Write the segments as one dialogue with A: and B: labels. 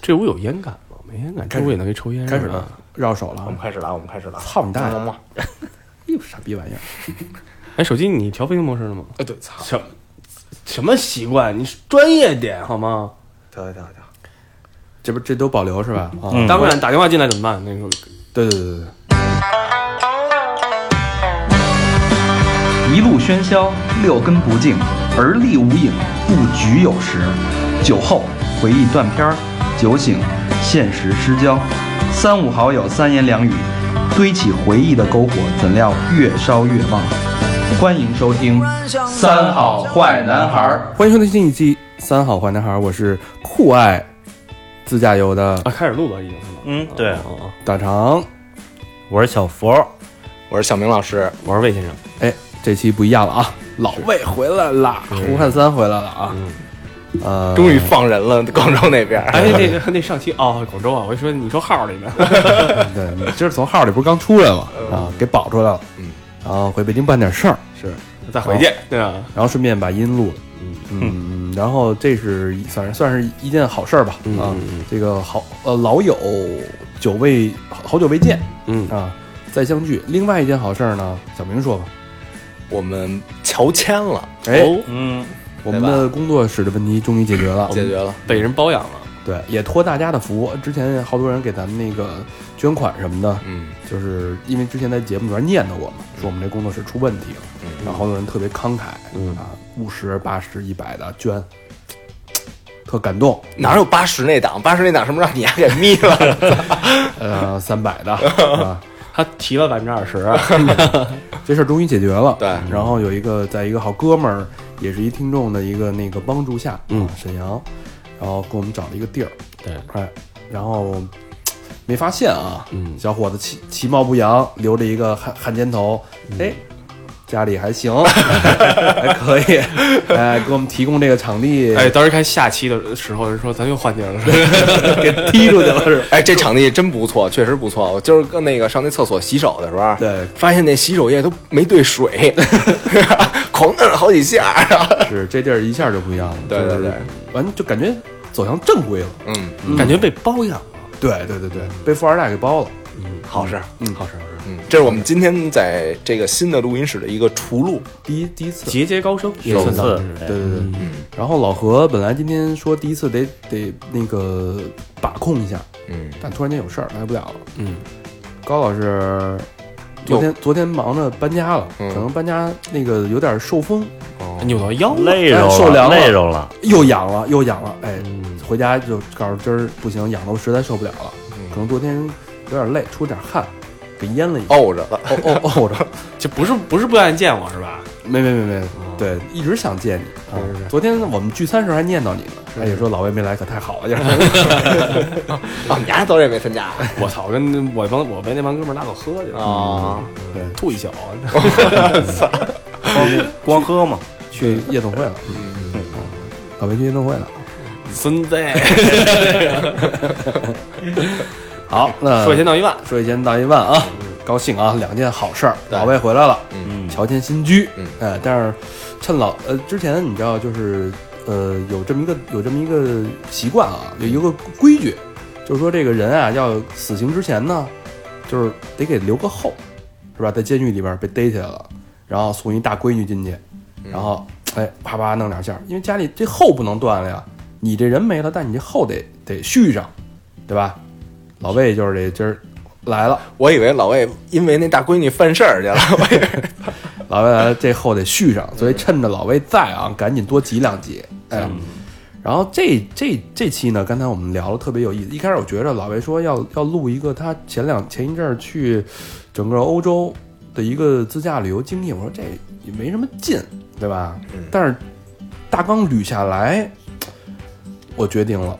A: 这屋有烟杆吗？没烟杆，这屋也能给抽烟。
B: 开始
A: 是吧
B: 了，嗯绕手了
C: 我们
B: 啊。
C: 开始了，我们开始了。
B: 操你大
C: 么么
B: 爷！
C: 么
B: 哟，傻逼玩意儿！
A: 哎，手机你调飞行模式了吗？
C: 哎，对，操！
A: 什什么习惯？你专业点好吗？
C: 调调调调，
B: 这不这都保留是吧？啊，
C: 嗯
A: 当然打电话进来怎么办？那个
B: 对对对对对，
D: 一路喧嚣，六根不净，而立无影，不局有时。酒后回忆断片儿，酒醒现实失焦。三五好友三言两语，堆起回忆的篝火，怎料越烧越旺。欢迎收听《三好坏男孩儿
B: 欢迎收听新一期《三好坏男孩》，我是酷爱自驾游的
A: 啊，开始录吧，已经是吗？
E: 嗯，对，
A: 哦哦
B: 大肠。
E: 我是小佛，
C: 我是小明老师，
A: 我是魏先生。
B: 哎，这期不一样了啊，老魏回来啦，胡汉三回来了啊，呃，
C: 终于放人了，广州那边。
A: 哎，那个 那上期哦，广州啊，我还说你说号里呢。
B: 对，你今儿从号里不是刚出来吗？啊，给保出来了，
C: 嗯，
B: 然后回北京办点事儿，是，
A: 再回去，对啊，
B: 然后顺便把音录了，嗯，然后这是算是算是一件好事儿吧，
A: 嗯
B: 啊
A: 嗯嗯，
B: 这个好呃老友久未好好久未见
A: 嗯，
B: 啊，再相聚。另外一件好事儿呢，小明说吧，
C: 我们乔迁了，
B: 哎，
A: 哦
E: 嗯，
B: 我们的工作室的问题终于解决了，
C: 解决了。
A: 被人包养了，
B: 对，也托大家的福。之前好多人给咱们那个捐款什么的，
C: 嗯，
B: 就是因为之前在节目里边念叨过嘛，说我们这工作室出问题了，
C: 嗯
B: 然后好多人特别慷慨，
A: 嗯
B: 啊，五十、八十、一百的捐，特感动。
C: 哪有八十那档？八十那档什么让你还给眯 了？
B: 呃，三百的啊，
A: 他提了百分之二 十。
B: 这事儿终于解决了。
C: 对
B: 然后有一个在一个好哥们儿，也是一听众的一个那个帮助下，
A: 嗯
B: 啊沈阳，然后给我们找了一个地儿，
A: 对，
B: 哎，然后没发现啊，
A: 嗯
B: 小伙子其其貌不扬，留着一个汉汉奸头，哎，家里还行， 还可以，哎，给我们提供这个场地，
A: 哎，，当时看下期的时候，人说咱又换地儿了，是吧
B: 给踢出去了是吧？
C: 哎，这场地真不错，确实不错。我今儿跟那个上那厕所洗手的时候， 啊
B: 对
C: 发现那洗手液都没兑 水，狂摁了好几下。啊
B: 是这地儿一下就不一样了，
C: 对对
B: 就是
C: 对，
B: 完就感觉走向正规了，
C: 嗯，
A: 感觉被包养了。
B: 对对对对，被富二代给包了，
C: 好事儿。
A: 嗯，好事好事，
C: 嗯，这是我们今天在这个新的录音室的一个出路。
B: 第一第一嗯次，
A: 节节高升，也
E: 首
A: 算到
E: 次
A: 是，
B: 对对对。然后老何本来今天说第一次得得那个把控一下，
C: 嗯，
B: 但突然间有事儿来不了了。
A: 嗯，
B: 高老师昨天昨天忙着搬家了，
C: 嗯
B: 可能搬家那个有点受风，
A: 扭到腰了。
E: 累着
B: 哎受凉了
E: 累着了，
B: 又痒了又痒了，哎，回家就告诉今儿不行，痒的我实在受不了了，可能昨天有点累，出点汗，给淹了一下。
C: 怄着了。
B: 哦哦 哦，我这
A: 这不是不是不愿意见我是吧？
B: 没没没没，对，一直想见你。啊
A: 是是
B: 昨天我们聚餐时候还念叨你呢，哎，也说老魏没来可太好了， 就是
C: 哦，你丫早也没参加
A: 我操，跟我帮我被那帮哥们儿拉走喝去了，嗯
C: 啊？
B: 对，
A: 吐一宿。
E: 光喝嘛，
B: 去夜总会了。嗯，老魏去夜总会了。
A: 孙子，
B: 好，那
A: 说一千道一万，
B: 说一千道一万啊，高兴啊，两件好事儿，
C: 对
B: 老魏回来了，
C: 嗯
B: 乔迁新居，
C: 嗯
B: 哎，但是趁老呃之前你知道就是呃有这么一个有这么一个习惯啊，
C: 嗯
B: 有一个规矩，就是说这个人啊要死刑之前呢，就是得给留个后，是吧？在监狱里边被逮起来了，然后送一大闺女进去，
C: 嗯
B: 然后哎啪啪弄两下，因为家里这后不能断了呀，你这人没了，但你这后得得续上，对吧？老魏就是这今儿来了，
C: 我以为老魏因为那大闺女犯事儿去了，我以为
B: 老魏来了，这后得续上，所以趁着老魏在啊，赶紧多集两集。哎，然后这这这期呢，刚才我们聊了特别有意思。一开始我觉着老魏说要要录一个他前两前一阵儿去整个欧洲的一个自驾旅游经历，我说这也没什么劲，对吧？但是大纲捋下来，我决定了，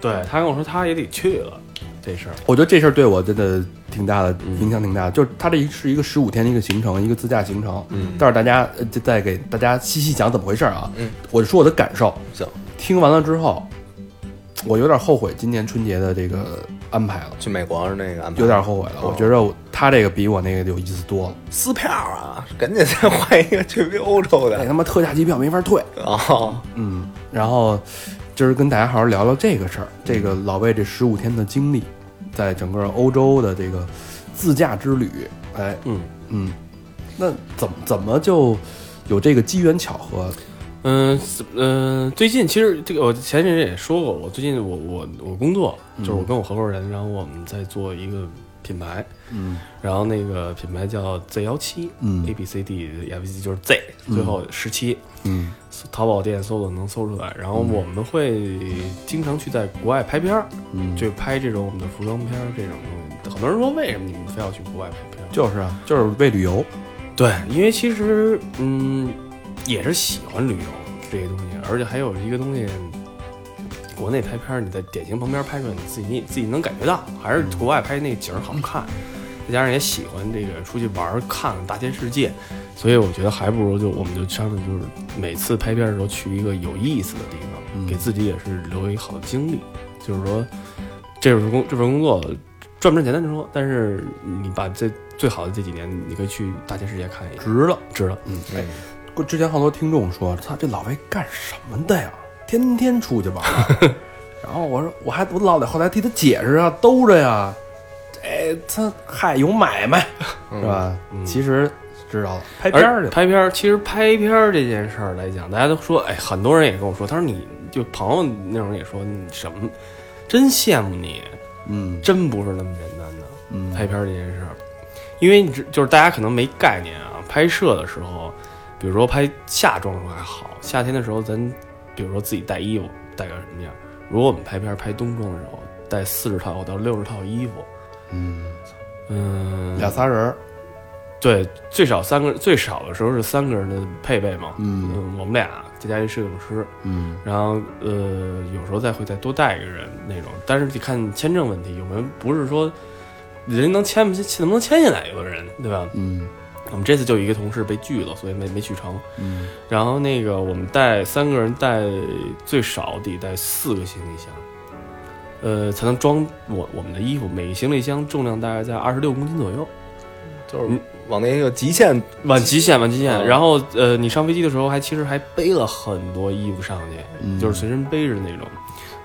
A: 对他跟我说他也得去了，这事儿
B: 我觉得这事儿对我真的挺大的影响，挺
C: 嗯
B: 大的。就是它这一是一个十五天的一个行程，一个自驾行程。嗯，待会儿大家呃就再给大家细细讲怎么回事儿啊。
C: 嗯，
B: 我就说我的感受。
C: 行，
B: 听完了之后，我有点后悔今年春节的这个安排了，
C: 去美国是那个安排
B: 有点后悔了。
C: 哦
B: 我觉着我他这个比我那个有意思多了。
C: 撕票啊，赶紧再换一个去欧洲
B: 那
C: 的
B: 他妈特价机票没法退。
C: 哦，
B: 嗯，然后今儿跟大家好好聊聊这个事儿，这个老魏这十五天的经历，在整个欧洲的这个自驾之旅，哎，
A: 嗯
B: 嗯，那怎么怎么就有这个机缘巧合？
A: 嗯嗯，最近其实这个我前阵子也说过，我最近我我我工作
B: 嗯
A: 就是我跟我合伙人，然后我们在做一个品牌，
B: 嗯
A: 然后那个品牌叫 Z 幺七，
B: 嗯
A: ，A B C D E F G 就是 Z，最后十七，
B: 嗯
A: 淘宝店搜索能搜出来。然后我们会经常去在国外拍片儿，
B: 嗯，
A: 就拍这种我们的服装片儿这种东西。很多人说为什么你们非要去国外拍片儿？
B: 就是啊，就是为旅游，
A: 对，因为其实嗯也是喜欢旅游这些东西，而且还有一个东西。国内拍片儿，你在典型旁边拍出来，你自己你自己能感觉到，还是国外拍那景儿好看，再加上也喜欢这个出去玩儿看看大千世界，所以我觉得还不如就我们就商量，就是每次拍片的时候去一个有意思的地方，
B: 嗯
A: 给自己也是留一好的经历。就是说，这份工这份工作赚不赚钱难说，但是你把这最好的这几年，你可以去大千世界看一眼，
B: 值了。
A: 值了。
B: 嗯，哎，我之前好多听众说，操，这老魏干什么的呀？天天出去玩儿。 然后我说，我还我老得后来替他解释啊，兜着呀。这他嗨有买卖是吧？
A: 嗯
B: 其实知道了，拍片儿
A: 而
B: 去了。
A: 拍片儿，其实拍片儿这件事儿来讲，大家都说，哎，很多人也跟我说，他说你就朋友那种也说你什么，真羡慕你，
B: 嗯
A: 真不是那么简单的。
B: 嗯
A: 拍片儿这件事儿，因为你知就是大家可能没概念啊，拍摄的时候，比如说拍夏装的时候还好，夏天的时候咱比如说自己带衣服带个什么样儿，如果我们拍片儿拍冬装的时候，带四十套到六十套衣服，
B: 嗯，
A: 嗯，
B: 俩仨人儿，
A: 对，最少三个，最少的时候是三个人的配备嘛，
B: 嗯
A: 我们俩再加一摄影师，
B: 嗯
A: 然后呃，有时候再会再多带一个人那种，但是得看签证问题，有没有不是说人能签不签，能不能签下来，有的人对吧？
B: 嗯
A: 我们这次就有一个同事被拒了，所以没没去成。
B: 嗯
A: 然后那个我们带三个人带最少得带四个行李箱，呃，才能装我我们的衣服。每个行李箱重量大概在二十六公斤左右，
C: 就是往那个极限，
A: 晚极限晚极限。
B: 哦
C: 嗯
A: 然后呃，你上飞机的时候还其实还背了很多衣服上去，
B: 嗯
A: 就是随身背着那种。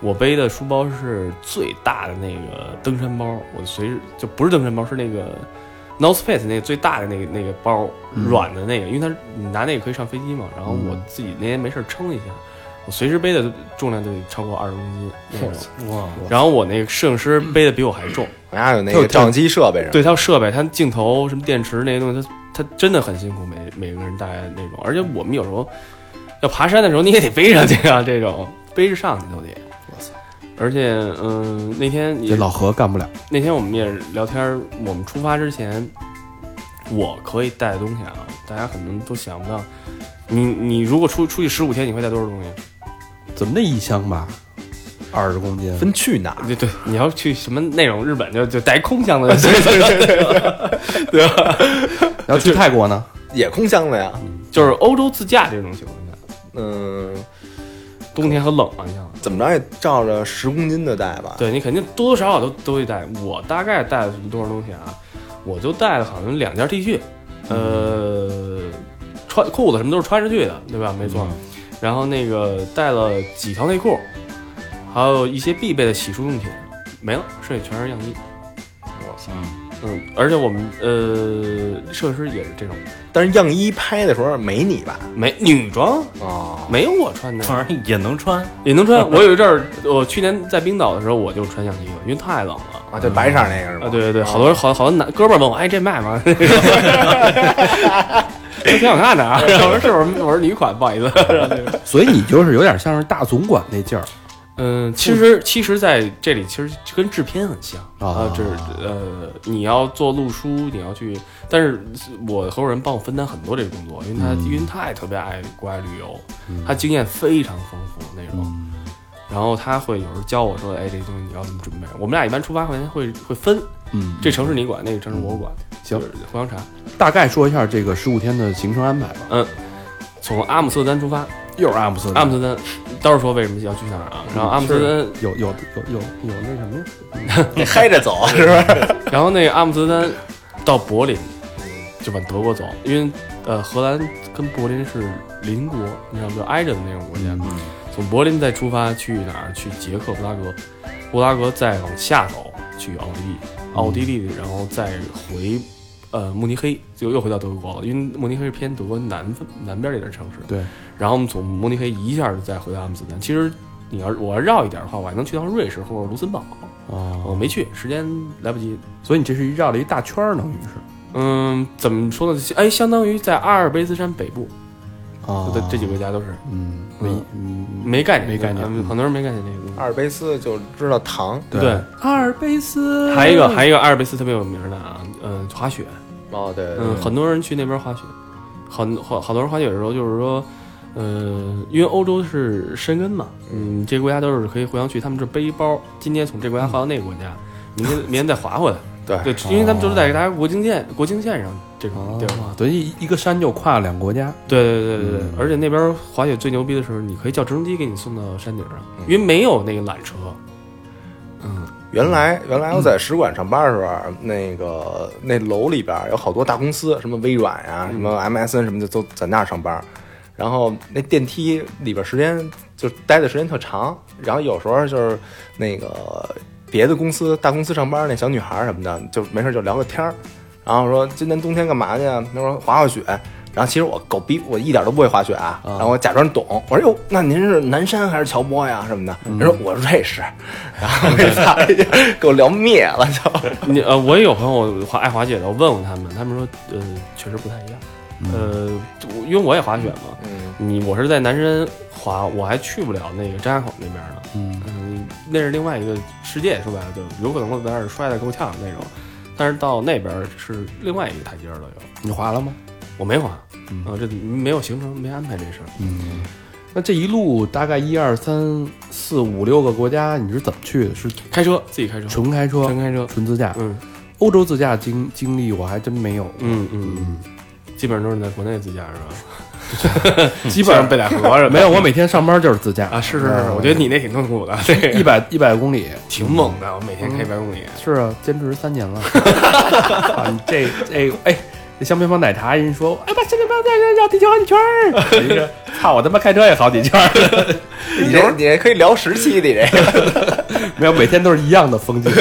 A: 我背的书包是最大的那个登山包，我随时就不是登山包，是那个 North Face 那个最大的那个那个包，软的
B: 嗯
A: 那个，因为它是你拿那个可以上飞机嘛。然后我自己那天没事儿称一下，我随时背的重量就得超过二十公斤那种。
B: 哇，
A: 然后我那个摄影师背的比我还重，
C: 我家有那个照相机设备上，
A: 对，它有设备，它镜头什么电池那些东西，它它真的很辛苦，每每个人带那种，而且我们有时候要爬山的时候，你也得背上去啊，这种背着上去都得。
B: 我操，
A: 而且，嗯、那天
B: 这
A: 也
B: 老何干不了。
A: 那天我们也是聊天儿，我们出发之前，我可以带的东西啊，大家可能都想不到。你你如果出出去十五天，你会带多少东西？啊
B: 怎么那一箱吧，二十公斤，
C: 分去哪儿？
A: 对对，你要去什么那种日本就就带空箱子 就行了，对吧？
B: 然后去泰国呢？
C: 也空箱子呀。
A: 就是欧洲自驾这种情况下，
C: 嗯，
A: 冬天和冷啊，你想。
C: 怎么着也照着十公斤的带吧。
A: 对你肯定多多少少都都会带。我大概带了多少东西啊？我就带了好像两件 T 恤，呃，穿裤子什么都是穿着去的，对吧？没错。然后那个带了几条内裤，还有一些必备的洗漱用品，没了，剩下全是样衣。嗯，而且我们呃，设施也是这种，
C: 但是样衣拍的时候没你吧？
A: 没女装
C: 哦，
A: 没有我穿的，
E: 反正也能穿，
A: 也能穿。我有一阵儿，我去年在冰岛的时候，我就穿样衣了，因为太冷了。
C: 啊，就白色那个是吗？
A: 啊，对对对，
C: 哦
A: 好多人好好多男哥们儿问我，哎，这卖吗？ 那个这挺好看的啊，然后我说是我说我说女款，不好意思。然后那个
B: 所以你就是有点像是大总管那劲儿。
A: 嗯，其实其实在这里其实跟制片很像
B: 啊
A: 啊，这是呃，你要做路书，你要去，但是我合伙人帮我分担很多这个工作，因为他因为他也特别爱国外旅游，他经验非常丰富那种。然后他会有时候教我说：“哎，这东西你要怎么准备？”我们俩一般出发前会会分，
B: 嗯，
A: 这城市你管，那个城市我管，
B: 行
A: 就是互相查。
B: 大概说一下这个十五天的行程安排吧。
A: 嗯，从阿姆斯特丹出发，
B: 又是阿姆斯特丹
A: 阿
B: 嗯
A: 姆斯特丹，到时候说为什么要去那儿啊？然后阿姆斯特
B: 有有有有有那什么呀？
C: 得嗨着走是吧？
A: 丹， 然后那个阿姆斯特丹到柏林，就往德国走，因为呃荷兰跟柏林是邻国，你知道吗？就挨着的那种国家。从柏林再出发去哪儿？去捷克布拉格，布拉格再往下走去奥地利，奥地利，然后再回呃慕尼黑，就又回到德国了，因为慕尼黑是偏德国南分南边儿一点儿城市。
B: 对，
A: 然后我们从慕尼黑一下就再回到阿姆斯特丹。其实你要是我要绕一点儿的话，我还能去趟瑞士或者卢森堡，我
B: 哦，
A: 没去，时间来不及。
B: 所以你这是绕了一大圈儿，等于是
A: 嗯，怎么说呢？哎，相当于在阿尔卑斯山北部，
B: 啊
A: 这这几个国家都是
B: 嗯，没
A: 嗯
B: 嗯，
A: 没概念，
B: 没概念
A: 嗯很多人没概念这个东西。
C: 阿尔卑斯就知道糖，
A: 对，
B: 阿尔卑斯
A: 还有一个，还有一个阿尔卑斯特别有名的啊，嗯、滑雪，
C: 哦，对，对
A: 嗯，
C: 对
A: 很多人去那边滑雪，很好好多人滑雪的时候就是说，呃，因为欧洲是申根嘛，嗯，这些国家都是可以互相去，他们是背包，今天从这国家滑到那个国家，明天明天再滑回来，
C: 对
A: 对，因为他们都是在大家国境线国境线上这种地儿嘛，
B: 啊，等于一一个山就跨了两个国家，
A: 对对对对对，而且那边滑雪最牛逼的是，你可以叫直升机给你送到山顶上，因为没有那个缆 车，
C: 原来原来我在使馆上班的时候，啊那个那楼里边有好多大公司，什么微软呀、什么 MSN 什么的，都在那儿上班。然后那电梯里边时间就待的时间特长，然后有时候就是那个别的公司大公司上班那小女孩什么的，就没事就聊个天儿，然后说今年冬天干嘛去啊？她说滑滑雪。然后其实我狗逼，我一点都不会滑雪啊。然后我假装懂，我说哟，那您是南山还是乔波呀什么的？人说我瑞士，然后那仨给我聊灭了就。
A: 你呃，我也有朋友滑爱滑雪的，我问过他们，他们说呃，确实不太一样。呃，我因为我也滑雪嘛，
C: 嗯，
A: 你我是在南山滑，我还去不了那个张家口那边呢。
B: 嗯
A: 嗯，那是另外一个世界，说白了就有可能我在那儿摔得够呛那种。但是到那边是另外一个台阶儿了，又
B: 你滑了吗？
A: 我没滑，嗯、这没有行程，没安排这事儿。
B: 嗯，那这一路大概一二三四五六个国家，你是怎么去的？是
A: 开车自己开车，
B: 纯开车
A: 纯、开车，
B: 纯自驾？
A: 嗯
B: 欧洲自驾经经历我还真没有，
A: 嗯嗯嗯，基本上都是你在国内自驾是吧？
B: 基本上
A: 北戴河 是吧
B: 没有。我每天上班就是自驾
A: 啊，是是是，我觉得你那挺痛 苦的，这
B: 一百一百公里。
A: 挺猛的，我每天开一百公里。
B: 是啊，坚持三年了。啊、你这这哎，这香槟坊奶茶人说，哎，把香槟坊再绕地球好几圈儿。我一说，操，我他妈开车也好几圈儿，
C: 你这你这可以聊十期的这个。
B: 没有，每天都是一样的风景。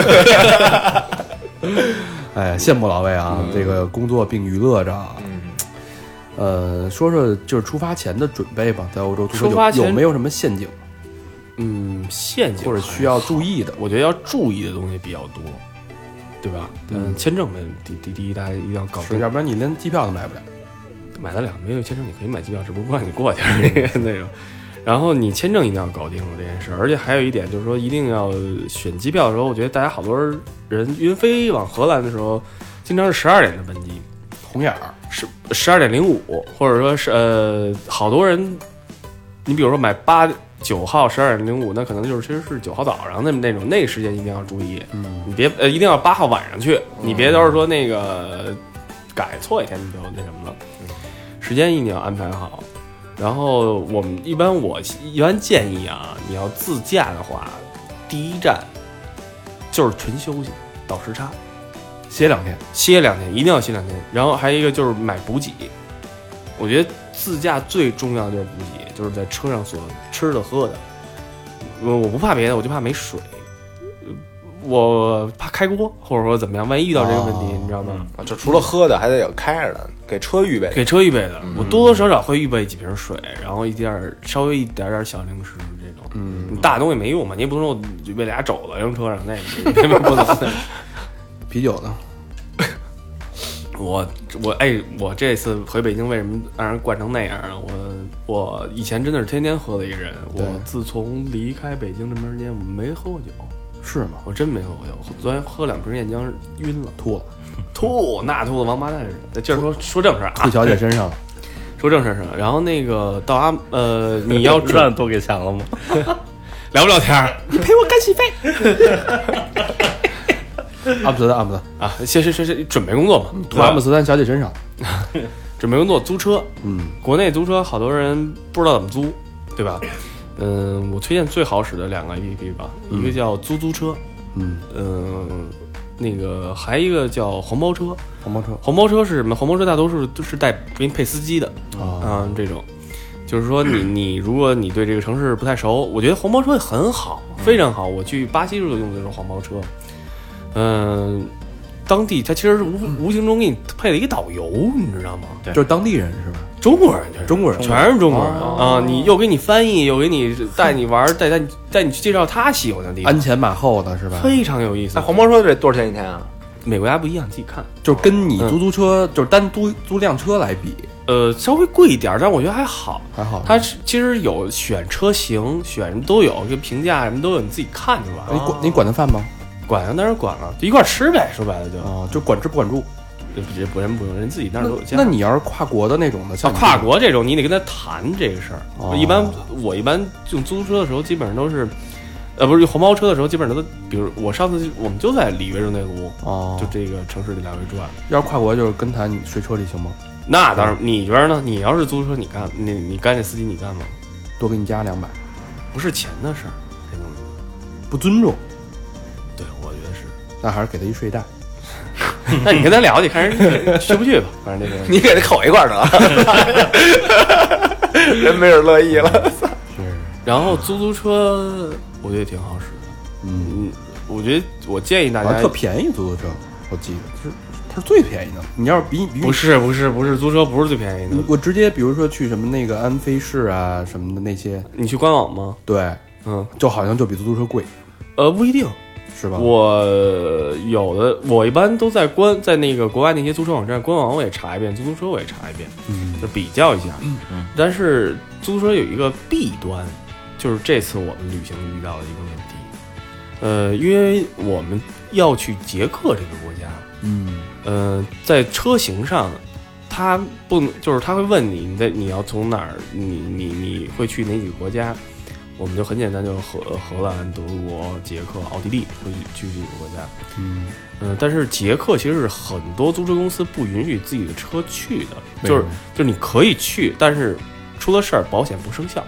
B: 哎，羡慕老魏啊，这个工作并娱乐着啊。呃，说说就是出发前的准备吧，在欧洲
A: 出发
B: 有
A: 前
B: 有没有什么陷阱
A: 嗯，陷阱
B: 或者需要注意的？
A: 我觉得要注意的东西比较多，对吧？嗯，签证问第第第一，大家一定要搞
B: 是，
A: 定。
B: 要不然你连机票都买不了。
A: 买得了，没有签证你可以买机票，只不过不让你过去而已那种。然后你签证一定要搞定了这件事，而且还有一点就是说，一定要选机票的时候，我觉得大家好多人云飞往荷兰的时候，经常是十二点的班机，
B: 红眼儿，
A: 十十二点零五，或者说是呃，好多人，你比如说买八九号十二点零五，那可能就是其实是九号早上那那种那个时间一定要注意，
B: 嗯，
A: 你别呃一定要八号晚上去，你别到时候说那个改错一天你就那什么了，时间一定要安排好。然后我们一般我一般建议啊，你要自驾的话，第一站就是纯休息，倒时差。
B: 歇两天。
A: 歇两天，一定要歇两天。然后还有一个就是买补给，我觉得自驾最重要的就是补给，就是在车上所吃的 喝的。我我不怕别的，我就怕没水，呃我怕开锅，或者说怎么样，万一遇到这个问题，
B: 哦
A: 你知道吗？
C: 就 啊除了喝的，还得有开着的，给车预备。
A: 给车预备的，
B: 嗯
A: 我多多少少会预备几瓶水，然后一点儿稍微一点点小零食这种。
B: 嗯，
A: 你大东西没用嘛，你也不能说我预备俩肘子扔车上，那那不能。
B: 啤酒呢？
A: 我我哎，我这次回北京为什么让人惯成那样啊？我我以前真的是天天喝的一个人，
B: 对
A: 我自从离开北京这么长时间，我没喝过酒，
B: 是吗？
A: 我真没喝过酒。我昨天喝两瓶燕江晕了，
B: 吐了，
A: 吐那吐的王八蛋似的。就是说说正事儿
B: 吐
A: 啊，
B: 小姐身上了。
A: 说正事儿是吧。然后那个到阿呃，你要准
E: 赚都给抢了吗？
A: 聊不聊天儿
B: 阿姆斯特丹，阿姆斯特丹
A: 啊？先先先先准备工作
E: 嗯
A: 嘛，
B: 吐阿姆斯特丹小姐身上。
A: 准备工作租车，
B: 嗯，
A: 国内租车好多人不知道怎么租，对吧？嗯，我推荐最好使的两个 APP 吧，
E: 嗯
A: 一个叫租租车，
B: 嗯，
A: 嗯，那个还一个叫黄包车，
B: 黄包车
A: 黄包车是什么？黄包车大多数都是带给你配司机的
B: 啊，
A: 啊、这种。就是说你你如果你对这个城市不太熟，我觉得黄包车很好，非常好。我去巴西时候用的就是黄包车，嗯、当地它其实是无无形中给你配了一个导游，你知道吗？
E: 对
B: 就是当地人是吧？
A: 中国人全是
B: 中国人
A: 全是中国人啊！你又给你翻译，又给你带你玩，带带你带你去介绍他喜欢的地方，
B: 鞍前马后的是吧？
A: 非常有意思
C: 那。黄包车这多少钱一天啊？
A: 美国家不一样，你自己看。
B: 就是跟你
A: 嗯
B: 租租车，就是单租租辆车来比
A: 呃，稍微贵一点儿，但我觉得还好。
B: 还好。
A: 它是其实有选车型，选什么都有，跟评价什么都有，你自己看就完
B: 你
A: 了。
B: 管你管他饭吗？
A: 管上当然管了，就一块儿吃呗。说白了就，
B: 啊，就管吃不管住。
A: 人不人不用，人自哦己那儿
B: 那
A: 都有家。
B: 那你要是跨国的那种的，
A: 像
B: 像
A: 跨国这种，你得跟他谈这个事儿。
B: 哦
A: 一般我一般用租车的时候，基本上都是，呃，不是用黄包车的时候，基本上都，比如我上次我们就在里约热内卢，
B: 哦
A: 就，这个城市里来回转。
B: 要是跨国就是跟他你睡车里行吗？
A: 那当然，你觉得呢？你要是租车，你干你你干这司机，你干吗？
B: 多给你加两百，
A: 不是钱的事儿，这东西。
B: 不尊重，
A: 对，我觉得是。
B: 那还是给他一睡袋。
A: 那你跟他聊去，看 人去不去吧。反正这个
C: 你给他口一块儿得了， 人没准乐意了。
A: 然后租租车，我觉得挺好使的。
B: 嗯，
A: 嗯，我觉得我建议大
B: 好像
A: 家
B: 特便宜，租租车，我记得是它是最便宜的。你要是比比
A: 不是不是不是租车不是最便宜的
B: 你，我直接比如说去什么那个安飞市啊什么的那些，
A: 你去官网吗？
B: 对，
A: 嗯，
B: 就好像就比租租车贵，
A: 呃，不一定。
B: 是吧？
A: 我有的我一般都在官在那个国外那些租车网站官网我也查一遍，租租车我也查一遍，
B: 嗯
A: 就比较一下。嗯但是租车有一个弊端，就是这次我们旅行遇到的一个问题，呃，因为我们要去捷克这个国家，
B: 嗯
A: 呃，在车型上，他不能，就是他会问你，你在你要从哪儿，你你你会去哪几个国家？我们就很简单，就是荷荷兰、德国、捷克、奥地利会去去这几个国家。
B: 嗯，
A: 嗯、但是捷克其实是很多租车公司不允许自己的车去的，就是
B: 为什么
A: 就是你可以去，但是出了事儿保险不生效。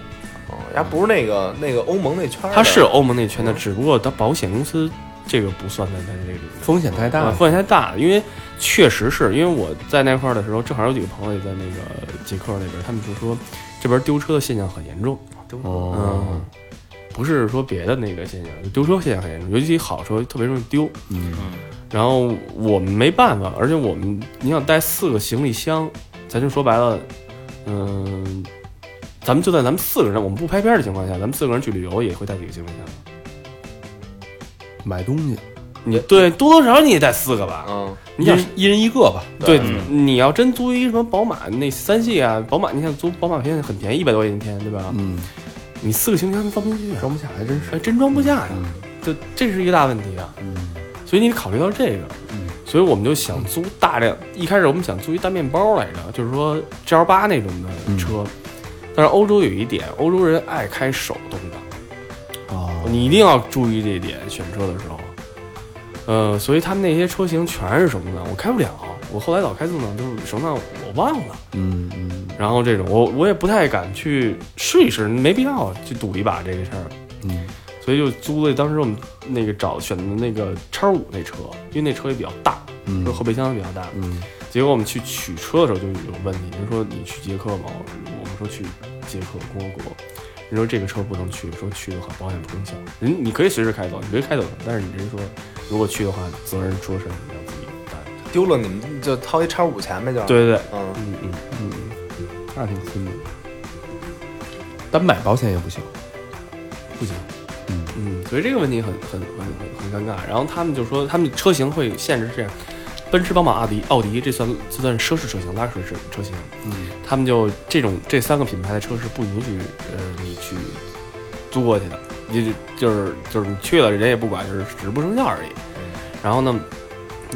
C: 哦，人家不是那个那个欧盟那圈儿的，
A: 它是欧盟内圈的，只不过它保险公司这个不算在它这个里面。
B: 风险太大
A: 啊，
B: 了。
A: 风险太大了，因为确实是因为我在那块儿的时候，正好有几个朋友也在那个捷克那边，他们就说这边丢车的现象很严重，嗯
B: 哦，
A: 不是说别的那个现象，就丢车现象很严重，尤其好车特别容易丢。
B: 嗯，
A: 然后我们没办法，而且我们你想带四个行李箱，咱就说白了，嗯、咱们就在咱们四个人，我们不拍片儿的情况下，咱们四个人去旅游也会带几个行李箱。
B: 买东西，
A: 你对多多少少你也带四个吧？
C: 嗯，
A: 你想
B: 一人一个吧。
A: 对，
E: 嗯
A: 你要真租一什么宝马那三系啊，宝马你想租宝马便宜很便宜，一百多块钱一天，对吧？
B: 嗯，
A: 你四个行李箱都放不进去啊，
B: 装不下还真是。
A: 哎，真装不下呀，这这是一个大问题啊。
B: 嗯
A: 所以你得考虑到这个，所以我们就想租大量，一开始我们想租一大面包来着，就是说 G L 八那种的车。
B: 嗯
A: 但是欧洲有一点，欧洲人爱开手动挡，
B: 哦，
A: 你一定要注意这一点，选车的时候。呃，所以他们那些车型全是手动挡，我开不了。我后来老开自动挡，就是手动挡我忘了。
B: 嗯嗯
A: 然后这种我我也不太敢去试一试，没必要去赌一把这个事儿，
B: 嗯，
A: 所以就租了当时我们那个找选的那个叉五那车，因为那车也比较大，
B: 嗯
A: 说后备箱也比较大。
B: 嗯
A: 结果我们去取车的时候就有问题，人说你去捷克吗？我们说去捷克共和国，人说这个车不能去，说去的话保险不生效。人你可以随时开走，你可以开走，但是你人说如果去的话，责任说是你要自己担。
C: 丢了你们就掏一叉五钱呗，就，
A: 对对对，
C: 嗯，
A: 嗯嗯，
B: 那挺聪明。单买保险也不行。
A: 不行。
B: 嗯
A: 嗯，所以这个问题很很很很很尴尬。然后他们就说，他们车型会限制是这样：奔驰、宝马、奥迪，奥迪这算这算奢侈车型、拉水车车型。
B: 嗯，
A: 他们就这种这三个品牌的车是不允许呃你去租过去的，你就就是就是你去了人也不管，就是只是不生效而已。然后呢，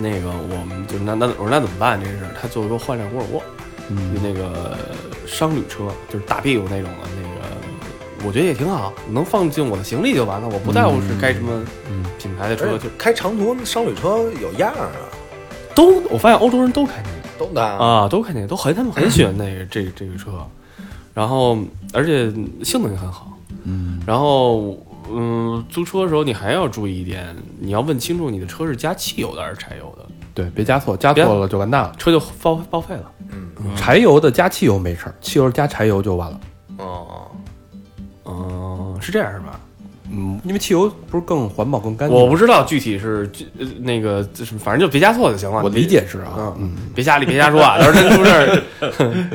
A: 那个我们就那那我说那怎么办这事儿？他最后给我换辆沃尔沃，就那个商旅车，就是大屁股那种的那个，我觉得也挺好，能放进我的行李就完了，我不在乎是开什么品牌的车，
C: 而
A: 就
C: 且开长途商旅车有样儿啊，
A: 都我发现欧洲人都开那个。
C: 都难，
A: 啊，都看见，都很他们很喜欢那个这这个车，然后而且性能也很好，嗯，然后嗯，租车的时候你还要注意一点，你要问清楚你的车是加汽油的还是柴油的，
B: 对，别加错，加
A: 别
B: 错了就完蛋了。
A: 车就报报废了。
C: 嗯
B: 柴油的加汽油没事儿，汽油加柴油就完了。
C: 嗯
A: 是这样是吧？
B: 嗯，因为汽油不是更环保、更干净吗？
A: 我不知道具体是具呃那个这是，反正就别加错就行了。
B: 我
A: 别
B: 理解是啊，
A: 嗯，别瞎理，别瞎说啊！到时候真出事儿，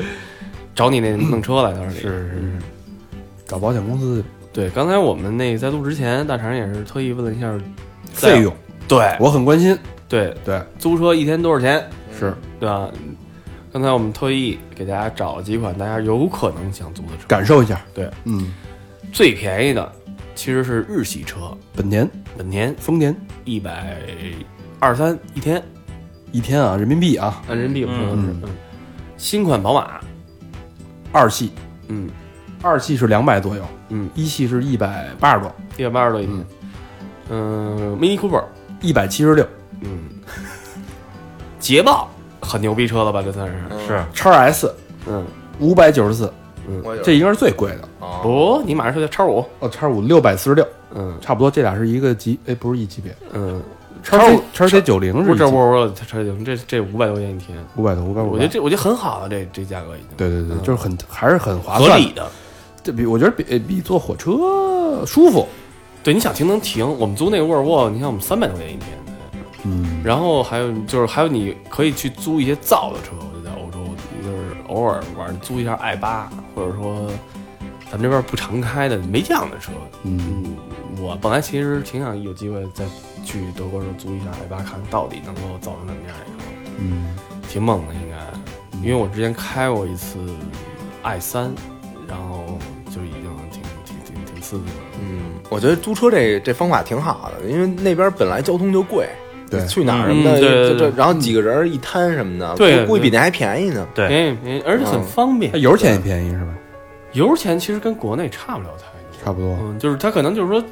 A: 找你那弄车来。到时候是是是，
B: 找保险公司
A: 对。刚才我们那在录之前，大肠也是特意问了一下在
B: 费，用，
A: 对
B: 我很关心。
A: 对，
B: 对，
A: 租车一天多少钱，
B: 是
A: 对吧？刚才我们特意给大家找了几款大家有可能想租的车，
B: 感受一下。
A: 对
B: 嗯，
A: 最便宜的其实是日系车，
B: 本田、
A: 本田
B: 丰田
A: 一百二三一天，
B: 一天啊，人民币啊，
A: 按人民币我说的是，嗯新款宝马，
B: 二系，
A: 嗯
B: 二系是两百左右，
A: 嗯，
B: 一系是一百八十多，
A: 一百八十多一天，嗯，Mini Cooper，
B: 一百七十六。
A: 嗯，捷豹很牛逼车了吧？这算是，
E: 是
B: 叉 S
A: 嗯，
B: 五百九十四，
C: 我有
B: 这应该是最贵的。
C: 啊
A: 哦，你马上说的叉五，
B: 哦，叉五六百四十六，
A: 嗯
B: 差不多这俩是一个级，哎，不是一级别。
A: 嗯，
B: 叉
A: 五
B: 叉 C 九零
A: 不
B: 是一级
A: 这我我这这这这五百多块钱一天，
B: 五百多，五百五。
A: 我觉得这我觉得很好了，啊这这价格已经
B: 对对对，就是很还是很
A: 嗯
B: 划
A: 合
B: 算，
A: 理。的。
B: 这比我觉得比呃比坐火车舒服。
A: 对，你想停能停。我们租那个沃尔沃，你看我们三百多块钱一天，
B: 嗯，
A: 然后还有就是还有你可以去租一些造的车，我觉得在欧洲就是偶尔玩租一下 i 八，或者说咱们这边不常开的没降的车。
B: 嗯，
A: 我本来其实挺想有机会再去德国时候租一下 i 八，看到底能够造成什么样一个，
B: 嗯，
A: 挺猛的应该，因为我之前开过一次 i 三，然后就已经挺挺挺挺刺激了。
C: 嗯，我觉得租车这这方法挺好的，因为那边本来交通就贵，
B: 对
C: 去哪儿什么
A: 嗯
C: 的，
A: 对对
C: 就这
A: 对
C: 然后几个人一摊什么的，
A: 对
C: 估计比
A: 对
C: 那还便宜呢。
E: 对，
A: 便宜便宜，哎而且很
C: 嗯
A: 方便
B: 那。油钱也便宜是吧？
A: 油钱其实跟国内差不了太多，
B: 差不多
A: 嗯，就是它可能就是说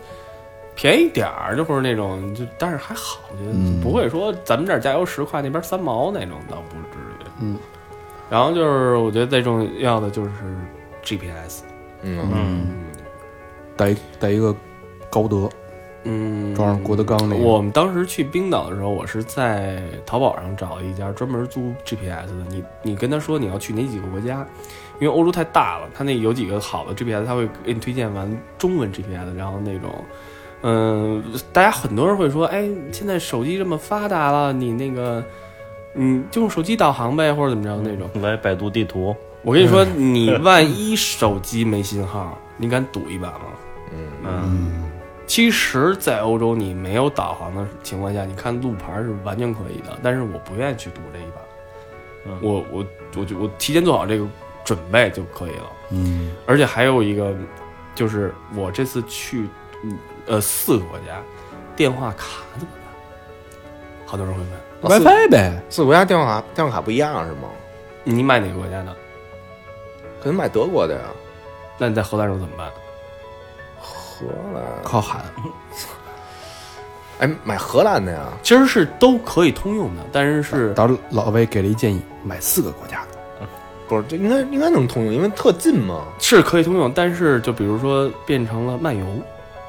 A: 便宜点儿，就或者那种，就但是还好，我觉得
B: 嗯
A: 不会说咱们这儿加油十块，那边三毛那种，倒不至于。
B: 嗯，
A: 然后就是我觉得最重要的就是 GPS，
C: 嗯，
E: 嗯，
B: 带一带一个高德，
A: 嗯，
B: 装上郭德纲那个。
A: 我们当时去冰岛的时候，我是在淘宝上找了一家专门租 GPS 的。你你跟他说你要去哪几个国家，因为欧洲太大了，他那有几个好的 GPS，他会给你推荐完中文 GPS，然后那种，嗯、大家很多人会说，哎，现在手机这么发达了，你那个，你就用手机导航呗，或者怎么着那种。
E: 来百度地图，
A: 我跟你说，
E: 嗯
A: 你万一手机没信号， 你敢赌一把吗？
E: 嗯，
A: 其实，在欧洲你没有导航的情况下，你看路牌是完全可以的。但是我不愿意去赌这一把，
E: 嗯
A: 我我我就我提前做好这个准备就可以了。
B: 嗯
A: 而且还有一个，就是我这次去五呃四个国家，电话卡怎么办？好多人会问
C: 哦四
B: ，WiFi 呗，
C: 四国家电话卡电话卡不一样是吗？
A: 你买哪个国家的？
C: 可能买德国的呀，
A: 那你在荷兰时候怎么办？
C: 荷兰，
B: 靠喊。
C: 哎，买荷兰的呀，
A: 其实是都可以通用的，但是是
B: 当时老魏给了一建议，买四个国家的。
C: 不是，这应该应该能通用，因为特近嘛。
A: 是可以通用，但是就比如说变成了漫游，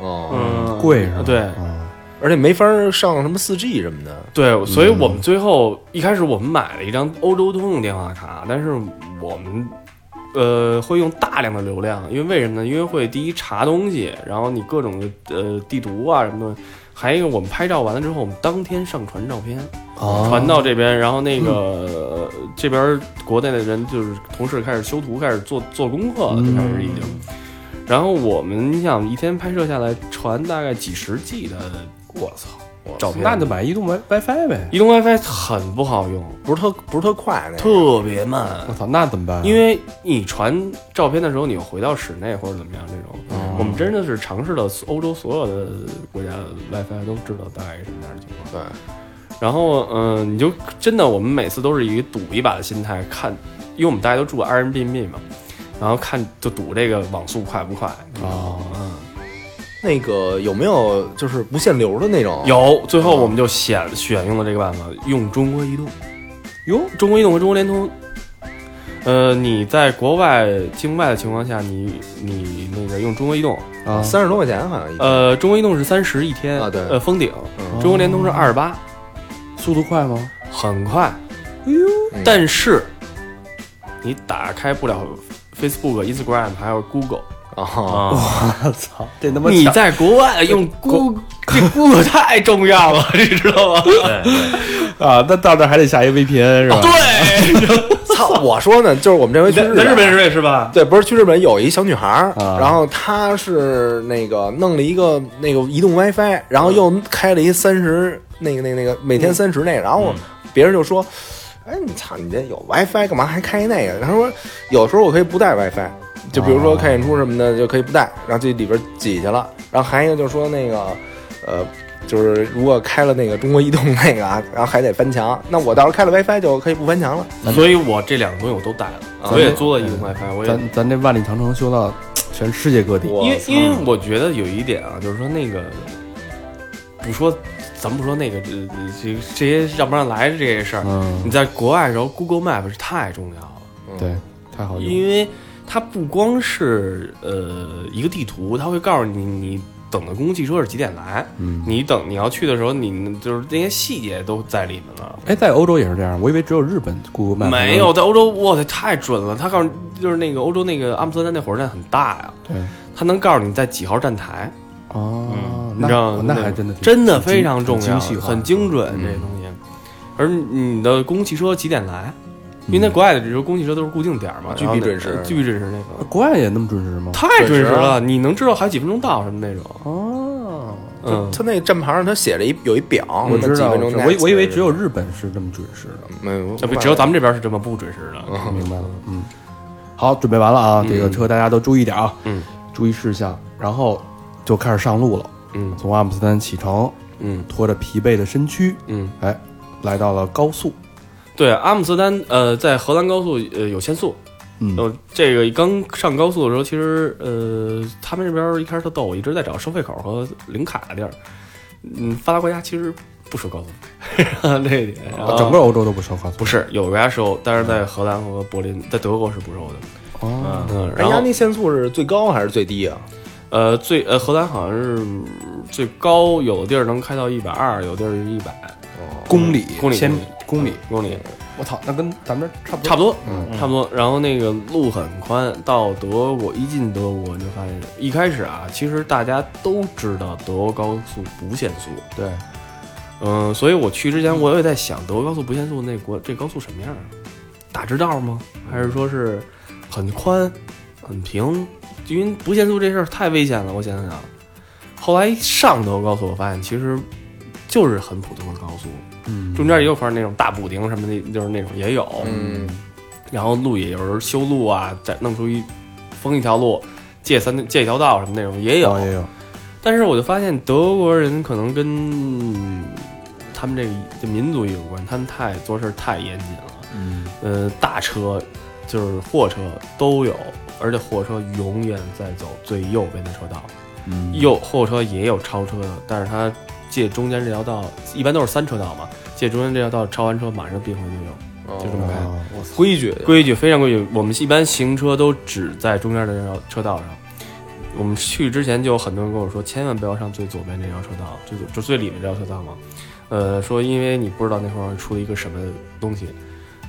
C: 哦，
A: 嗯
B: 贵是吧？
A: 对，
B: 嗯
C: 而且没法上什么四 G 什么的。
A: 对，所以我们最后、一开始我们买了一张欧洲通用电话卡，但是我们呃会用大量的流量，因为为什么呢？因为会第一查东西，然后你各种的呃地图啊什么的，还有一个我们拍照完了之后，我们当天上传照片，
B: 哦
A: 传到这边，然后那个、呃这边国内的人就是同事开始修图，开始做做功课了，就开始已经。然后我们，你想一天拍摄下来，传大概几十 G 的，我操，照片
B: 那就买移动 Wi WiFi 呗。
A: 移动 WiFi 很不好用，
C: 不是特不是特快那个，
A: 特别慢
B: 我，操，那怎么办啊？
A: 因为你传照片的时候，你又回到室内或者怎么样这种。我们真的是尝试了欧洲所有的国家的 WiFi，都知道大概是什么样的情况。
C: 对，
A: 然后，嗯、你就真的，我们每次都是以赌一把的心态看，因为我们大家都住 Airbnb 嘛，然后看就赌这个网速快不快。
B: 哦，
A: 嗯，
C: 那个有没有就是不限流的那种？
A: 有，最后我们就选选用了这个办法，用中国移动。
B: 哟，
A: 中国移动和中国联通，呃，你在国外境外的情况下，你你那个用中国移动，
B: 啊，
C: 三十多块钱好像一。
A: 呃，中国移动是三十一天
C: 啊对
A: 呃，封顶，
C: 嗯
A: 中国联通是二十八，
B: 速度快吗？
A: 很快，
B: 哎呦，
C: 嗯
A: 但是你打开不了 Facebook、Instagram 还有 Google，
C: 啊，
E: 啊，
B: 我操，这他妈
A: 你
B: 抢
A: 在国外 用 Google，这 Google 太重要了，你知道吗？
E: 对对
B: 啊！那到那儿还得下一 VPN 是吧？
A: 对，
C: 操！我说呢，就是我们这回去
A: 在日本是是吧？
C: 对，不是去日本有一小女孩儿，
B: 啊
C: 然后她是那个弄了一个那个移动 WiFi，然后又开了一三十那个那个那个每天三十那个，然后别人就说：“哎，你操，你这有 WiFi 干嘛还开那个？”她说：“有时候我可以不带 WiFi，就比如说看演出什么的就可以不带，然后这里边挤去了。”然后还有一个就说那个呃。就是如果开了那个中国移动那个啊，然后还得翻墙，那我到时候开了 WiFi 就可以不翻墙了。
A: 所以我这两个东西我都带了，
C: 啊
A: 我也租了移动 WiFi，我也
B: 咱咱这万里长城修到全世界各地，
C: 我
A: 因为因为我觉得有一点啊，就是说那个，不说咱不说那个呃这这些让不让来这些事儿，
B: 嗯
A: 你，在国外的时候 Google Map 是太重要了，
B: 对，太好用了。
A: 因为它不光是呃一个地图，它会告诉你你等的公共汽车是几点来，
B: 嗯
A: 你等你要去的时候，你就是那些细节都在里面了。
B: 哎，在欧洲也是这样，我以为只有日本 Google Map
A: 没有，在欧洲，我操，太准了！它告诉就是那个欧洲那个阿姆斯特丹那火车站很大呀，
B: 对
A: 它能告诉你在几号站台，
B: 哦，
A: 你
B: 那
A: 知道吗
B: 那还真的挺
A: 真的非常重
B: 很
A: 要，
B: 精细化
A: 很精准
B: 嗯
A: 这些东西。而你的公共汽车几点来？因
B: 嗯
A: 为在国外的，比如说公共汽车都是固定点儿嘛，
C: 巨
A: 然后
C: 必
A: 那
C: 准时
A: 巨必准时那 种，
B: 国外也那么准时吗？
A: 太准时
C: 准时
A: 了，
C: 啊
A: 你能知道还有几分钟到什么那种。
B: 哦，
A: 嗯，
C: 他那站牌上他写着一有一表，
B: 我知
C: 几
B: 道，
C: 分钟
B: 是
C: 内
B: 我以我以为只有日本是这么准时的，
C: 没有，
A: 那不只有咱们这边是这么不准时的。
B: 明白了，嗯。好，准备完了啊，这个车大家都注意点啊，
A: 嗯，
B: 注意事项，然后就开始上路了。
A: 嗯
B: 从阿姆斯特丹启程，
A: 嗯
B: 拖着疲惫的身躯，
A: 嗯，
B: 哎，来到了高速，
A: 对，阿姆斯特丹呃，在荷兰高速呃有限速，
B: 嗯
A: 呃，这个刚上高速的时候，其实呃，他们这边一开始特逗，我一直在找收费口和领卡的地儿。嗯，发达国家其实不收高速 费，这一点。然后
B: 整个欧洲都不收高速，
A: 啊不是有的国家收，但是在荷兰和柏林，在德国是不收的。
B: 哦，
A: 嗯，
C: 哎
A: 然
C: 压
A: 后
C: 力限速是最高还是最低啊？
A: 呃，最呃荷兰好像是最高，有的地儿能开到一百二，有地儿一百
B: 公里，
A: 公里
B: 先公里，
A: 公里。
B: 我操，那跟咱们这差不多，
A: 差不多，
B: 嗯
A: 差不多。然后那个路很宽，到德国一进德国你就发现，一开始啊，其实大家都知道德国高速不限速，
B: 对，
A: 嗯、所以我去之前我也在想，德国高速不限速那国这高速什么样啊？打直道吗？还是说是很宽、很平？因为不限速这事儿太危险了，我想想。后来上德国高速，我发现其实就是很普通的高速，
B: 嗯，
A: 中间也有块那种大补丁什么的，就是那种也有，
C: 嗯，
A: 然后路也有人修路啊，再弄出一封一条路，借三借一条道什么那种也有。
B: 哦也有，
A: 但是我就发现德国人可能跟嗯他们这个这民族也有关，他们太做事太严谨了。
B: 嗯，
A: 呃，大车就是货车都有，而且货车永远在走最右边的车道。
D: 嗯
A: 右货车也有超车的，但是它借中间这条道，一般都是三车道嘛，借中间这条道超完车马上并回去右。
C: 嗯就
A: 就这么开
B: 哦
C: 规矩，
A: 规矩非常规矩，我们一般行车都只在中间的这条车道上。我们去之前就有很多人跟我说，千万不要上最左边这条车道，最左就最里面这条车道嘛。呃，说因为你不知道那块儿出了一个什么东西。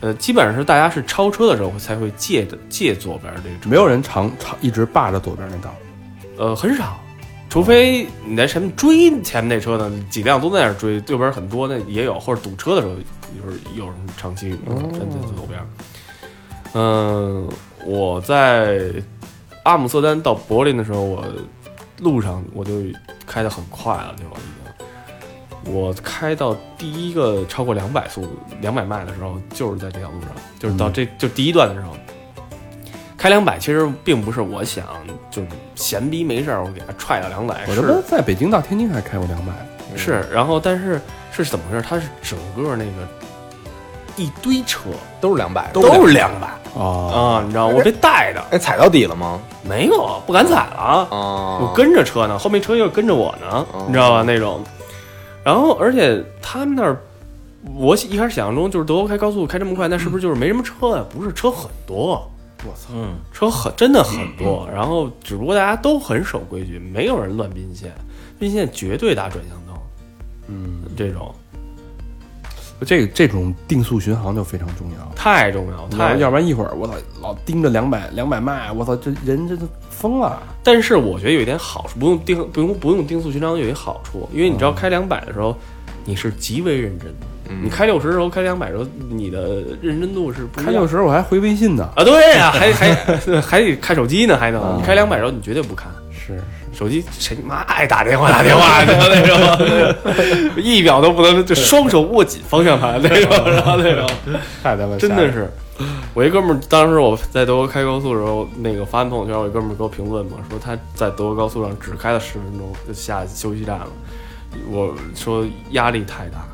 A: 呃，基本上是大家是超车的时候才会借的借左边这个车道，
B: 没有人长长一直霸着左边那道，
A: 呃很少，除非你在前面追前面那车呢，几辆都在那儿追，右边很多那也有，或者堵车的时候，有时候有人长期
B: 哦
A: 站在左边。嗯、我在阿姆斯特丹到柏林的时候，我路上我就开的很快了，就已经。我开到第一个超过两百速两百迈的时候，就是在这条路上，就是
B: 嗯
A: 到这、就第一段的时候，开两百其实并不是我想就是闲逼没事儿我给它踹到两百，
B: 我
A: 是
B: 这不在北京到天津还开过两百，
A: 是，然后但是是怎么回事？它是整个那个一堆车
C: 都是两百，
A: 都是两百
B: 哦，
A: 啊，你知道我被带的
C: 哎，踩到底了吗？
A: 没有不敢踩了啊，
C: 啊，
A: 我跟着车呢，后面车又跟着我呢，你知道吧那种。然后而且他们那儿，我一开始想象中就是德国开高速开这么快，那是不是就是没什么车呀、不是，车很多。
E: 嗯，
A: 车很真的很多，然后只不过大家都很守规矩，没有人乱并线，并线绝对打转向灯，嗯，这种
B: 这这种定速巡航就非常重要。
A: 太重要，
B: 要
A: 太
B: 要不然一会儿我操老盯着两百两百迈，我操这人这都疯了。
A: 但是我觉得有一点好处，不用定不用不用定速巡航有一好处，因为你知道开
B: 嗯
A: 两百的时候，你是极为认真的。你开六十的时候，开两百的时候，你的认真度是不一
B: 开
A: 样
B: 六十我还回微信呢，
A: 啊，对呀、还 还还得看手机呢，还能你开两百的时候你绝对不看。
B: 啊是
A: 手机谁妈爱打电话打电 话，然后那种一秒都不能，就双手握紧方向盘那 种，然后那种
B: 太他妈
A: 真的是。我一哥们儿，当时我在德国开高速的时候，那个发完朋友圈，我一哥们儿给我评论嘛，说他在德国高速上只开了十分钟就下休息站了。我说压力太大，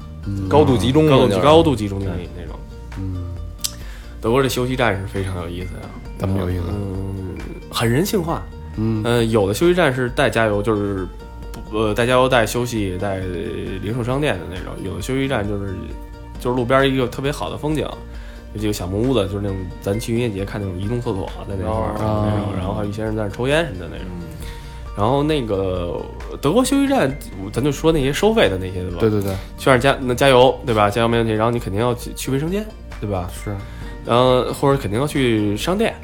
C: 高度集中，
A: 嗯高
C: 就是
A: 度高度集中精力那种。嗯，德国的休息站是非常有意思的，
B: 怎么有意思？
A: 嗯，很人性化。
B: 嗯
A: 呃，有的休息站是带加油，就是不呃带加油、带休息、带零售商店的那种；有的休息站就是就是路边一个特别好的风景，有几个小木屋子，就是那种咱去音乐节看那种移动厕所在那块儿、
B: 哦
A: 那种，然后还有一些人在那儿抽烟什么的那种。然后那个德国休息站，咱就说那些收费的那些对吧？
B: 对对对，
A: 去那儿加那加油对吧？加油没问题，然后你肯定要去去卫生间对吧？
B: 是
A: 然后或者肯定要去商店、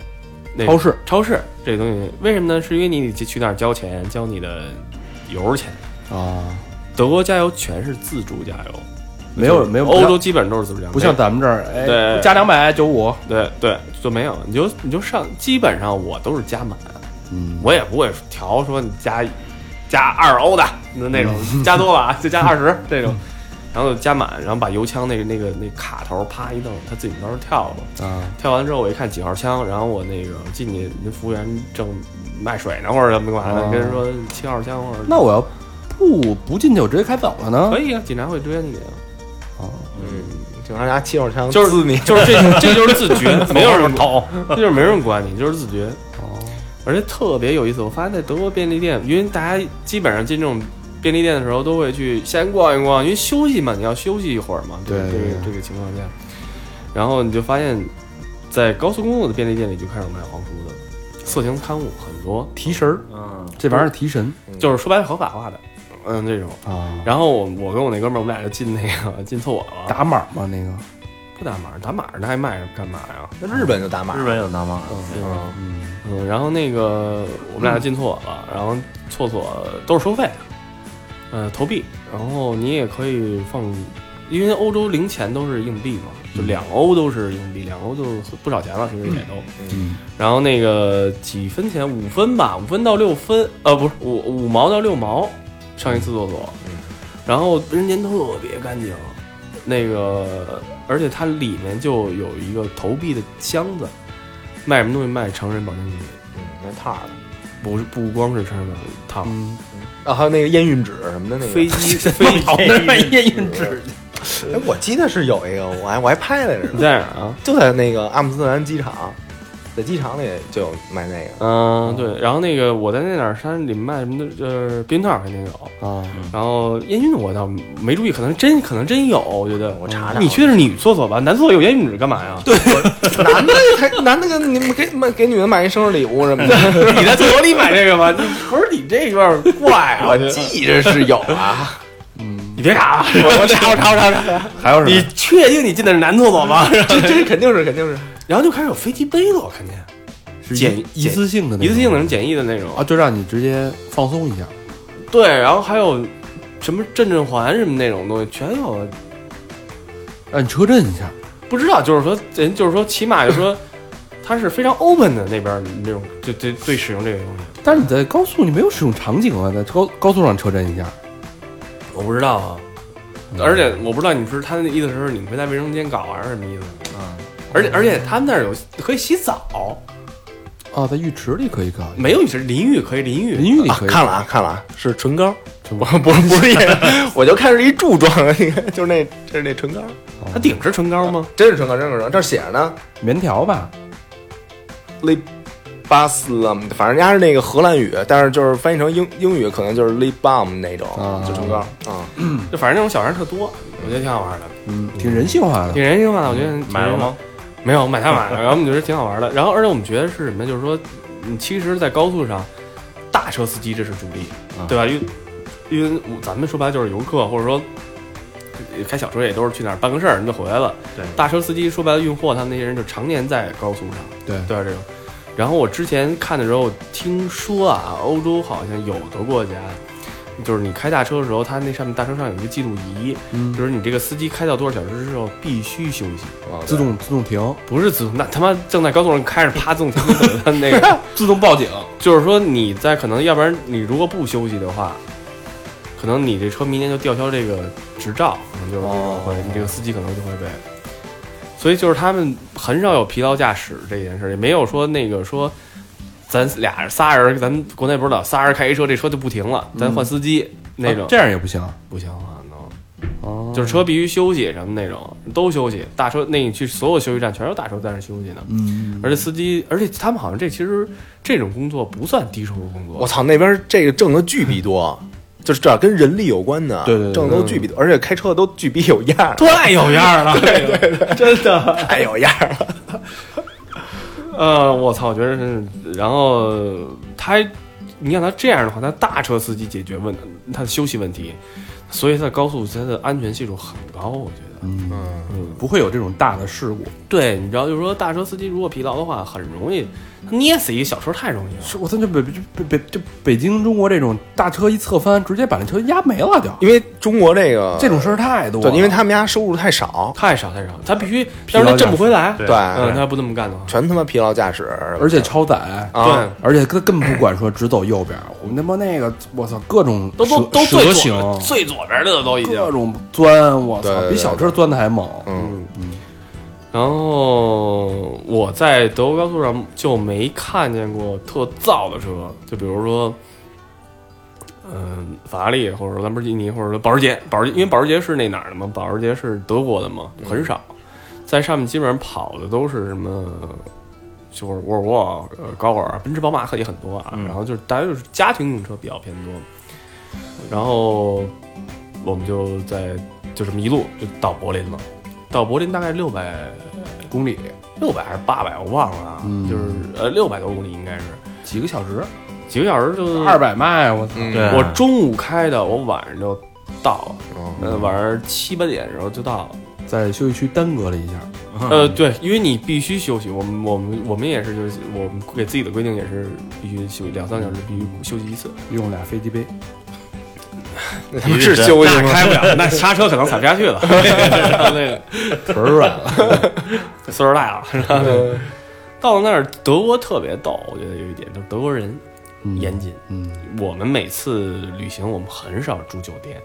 A: 那
B: 超市
A: 超市这些东西，为什么呢？是因为你得去那儿交钱，交你的油钱。哦
B: 啊，
A: 德国加油全是自助加油，
B: 没有没有
A: 欧洲基本都是自助加油，
B: 不像咱们这儿，哎，
A: 对
B: 加两百九五，
A: 对对就没有，你就你就上，基本上我都是加满，
B: 嗯，
A: 我也不会调说你加加二欧的那那 种，加多了啊，就加二十这
B: 嗯
A: 种，然后就加满，然后把油枪那个那个那卡头啪一弄，它自己到时候跳了。
B: 啊，
A: 跳完之后我一看几号枪，然后我那个进去，您服务员正卖水呢，或者怎么干嘛的，
B: 哦
A: 跟人说七号枪或者
B: 那我要不不进去，我直接开走了呢
A: 可？以啊，警察会追你的。
C: 警察拿气球枪
A: 就是
C: 滋你，
A: 就是这这就是自觉， 没有人跑，哦这就是没人管你，就是自觉。哦而且特别有意思，我发现在德国便利店，因为大家基本上进这种便利店的时候，都会去先逛一逛，因为休息嘛，你要休息一会儿嘛。这个这
B: 对对
A: 个这个情况下，然后你就发现，在高速公路的便利店里就开始卖黄书的，色情刊物很多，
B: 提神儿，
E: 嗯
B: 这玩意儿提神
A: 就是说白了合法化的，嗯，这种。
B: 啊，
A: 然后我我跟我那哥们儿，我们俩就进那个进厕所了，
B: 打码嘛那个，
A: 不打码？打码那还卖着干嘛呀？
C: 那日本就打码，
E: 日本有大 妈，
A: 嗯
B: 嗯，
A: 嗯，然后那个我们俩进厕所了，然后厕所都是收费，呃，投币，然后你也可以放，因为欧洲零钱都是硬币嘛，就两欧都是硬币，两欧就不少钱了，平时也都。
B: 嗯。
A: 然后那个几分钱，五分吧，五分到六分，呃，不是五五毛到六毛，上一次厕所，然后人间特别干净，那个而且它里面就有一个投币的箱子，卖什么东西卖成人保健品。
C: 嗯那套儿的
A: 不是不光是成人保健套，
B: 嗯，
C: 啊，还有那个验孕纸什么的那个
A: 飞机飞 机
B: 跑那儿卖验孕纸去，
C: 哎，我记得是有一个，我还我还拍来着
A: 你
C: 呢，
A: 在哪儿啊？
C: 就在那个阿姆斯特丹机场，在机场里就有卖那个。
A: 嗯，对，然后那个我在那哪儿山里卖什么的，呃，避孕套肯定有，
B: 啊，
A: 然后烟熏我倒没注意，可能真可能真有，我觉得。
C: 我查查
A: 你去的是女厕所吧？男厕所有烟熏纸干嘛呀？ 对，
C: 男的还男的跟你们给买给女的买一生日礼物什么的，
A: 你在厕所里买这个吧？你 不是你这有点怪啊！
C: 我记着是有啊。
A: 你别查了，我查我查我查 我查。
B: 还有
A: 你
B: 什么？
A: 确定你进的是男厕所吗？
C: 这这肯定是肯定是，
A: 然后就开始有飞机杯了，我看见
B: 是
A: 简
B: 一一次性的那种，
A: 一次性的、简易的那种
B: 啊，就让你直接放松一下。
A: 对，然后还有什么震震环什么那种东西全有，
B: 让你车震一下，
A: 不知道就是说人就是说起码就是说 它是非常 open 的那边儿那种，就对对使用这个东西，
B: 但是你在高速你没有使用场景啊，在高高速上车震一下，
A: 我不知道啊。而且我不知道你是他那意思是你们会在卫生间搞啊还是什么意思？
E: 嗯，
A: 而且而且他们那儿有可以洗澡，
B: 啊，在浴池里可以搞，
A: 没有浴池淋浴可以淋浴，
B: 淋浴里可以。
C: 看了啊看了啊，是唇膏，不 是不是不是 液，我就看是一柱状的，那 个就是那这是那唇膏，
A: 它顶是唇膏吗？
C: 真是唇膏真是唇膏，这儿写着呢
B: 棉条吧，
C: ，lip balm，反正人家是那个荷兰语，但是就是翻译成英英语可能就是 lip balm 那种
B: 啊，
C: 就唇膏啊。
A: 就反正那种小人特多，我觉得挺好玩的，
B: 嗯，挺人性化的
A: 挺人性化的，我觉得
E: 买了吗？
A: 没有买它买了，然后我们觉得挺好玩的。然后而且我们觉得是什么呢？就是说，嗯，其实，在高速上，大车
B: 嗯
A: 司机这是主力，对吧？因为因为我咱们说白了就是游客，或者说开小车也都是去那儿办个事儿你就回来了。
E: 对
A: 大车司机说白了运货，他们那些人就常年在高速上。
B: 对
A: 对啊，这种。然后我之前看的时候听说啊，欧洲好像有的国家，就是你开大车的时候，它那上面大车上有一个记录仪，
B: 嗯
A: 就是你这个司机开到多少小时之后必须休息，
C: 啊
B: 自动自动停，
A: 不是自动，那他妈正在高速上开着，啪自动停止了那个自动报警，就是说你在可能，要不然你如果不休息的话，可能你这车明年就吊销这个执照，可能就是这种会，你这个司机可能就会被。所以就是他们很少有疲劳驾驶这件事，也没有说那个说，咱俩仨人，咱们国内不是老仨人开一车，这车就不停了，咱换司机、那种，
B: 啊这样也不行
A: 不行啊，no。
B: 哦
A: 就是车必须休息什么那种，都休息。大车那你去所有休息站，全是大车在那儿休息呢。
B: 嗯，
A: 而且司机，而且他们好像这其实这种工作不算低收入工
C: 我
A: 作，
C: 操，那边这个挣的巨比多，就是这跟人力有关的，
B: 对对对
C: 挣的都巨比多，而且开车都巨比有样儿，
A: 太有样 了，真的。
C: 太有样儿了。
A: 呃，我操，我觉得是。然后他，你让他这样的话，他大车司机解决问他的休息问题，所以他的高速他的安全系数很高，我觉得。
B: 嗯不会有这种大的事故。
A: 对，你知道，就是说大车司机如果疲劳的话，很容易他捏死一个小车，太容易了。
B: 是我操，就北北北就北京中国这种大车一侧翻，直接把那车压没了就，
C: 因为中国这个
B: 这种事儿太多了。
C: 对，因为他们家收入太少，
A: 太少太少，他必须，但是他挣不回来。
E: 对
C: 对，
A: 嗯，他要不这么干的话，
C: 全他妈疲劳驾驶，
B: 而且超载，
C: 啊，
B: 而且他根本不管说只走右边，我们他妈那个我操，各种
A: 都都
B: 蛇
A: 都最
B: 蛇
A: 左
B: 形，
A: 最左边的都已经。
B: 各种钻，我
C: 对
B: 操，
C: 对
B: 比
C: 对
B: 小车钻的还猛。
C: 嗯，
A: 然后我在德国高速上就没看见过特造的车，就比如说，嗯、法拉利或者兰博基尼或者说保时捷，保时捷因为保时捷是那哪儿的嘛，保时捷是德国的嘛，很少，在上面基本上跑的都是什么。就是沃尔沃、呃高尔、奔驰、宝马也很多啊，然后就是大家就是家庭用车比较偏多，然后我们就在就这么一路就到柏林了，到柏林大概六百
B: 公里
A: 六百还是八百，我忘了啊，就是呃六百多公里应该是
B: 几个小时，
A: 几个小时就
B: 二。百迈，我操，
C: 嗯
E: 对
A: 我中午开的，我晚上就到了，
C: 哦
A: 呃晚上七八点的时候就到了。
B: 在休息区耽搁了一下，
A: 呃，对，因为你必须休息，我们我们我们也是，就是我们给自己的规定也是必须休息两三个小时，必须休息一次。
B: 用俩飞机杯，
C: 那他们是休息 吗？
A: 开不了，那刹车可能踩不下去了， 那个
B: 腿儿软了。
A: 岁数 大了。然后到了那儿，德国特别逗，我觉得有一点就是德国人
B: 嗯
A: 严谨。
B: 嗯
A: 我们每次旅行，我们很少住酒店，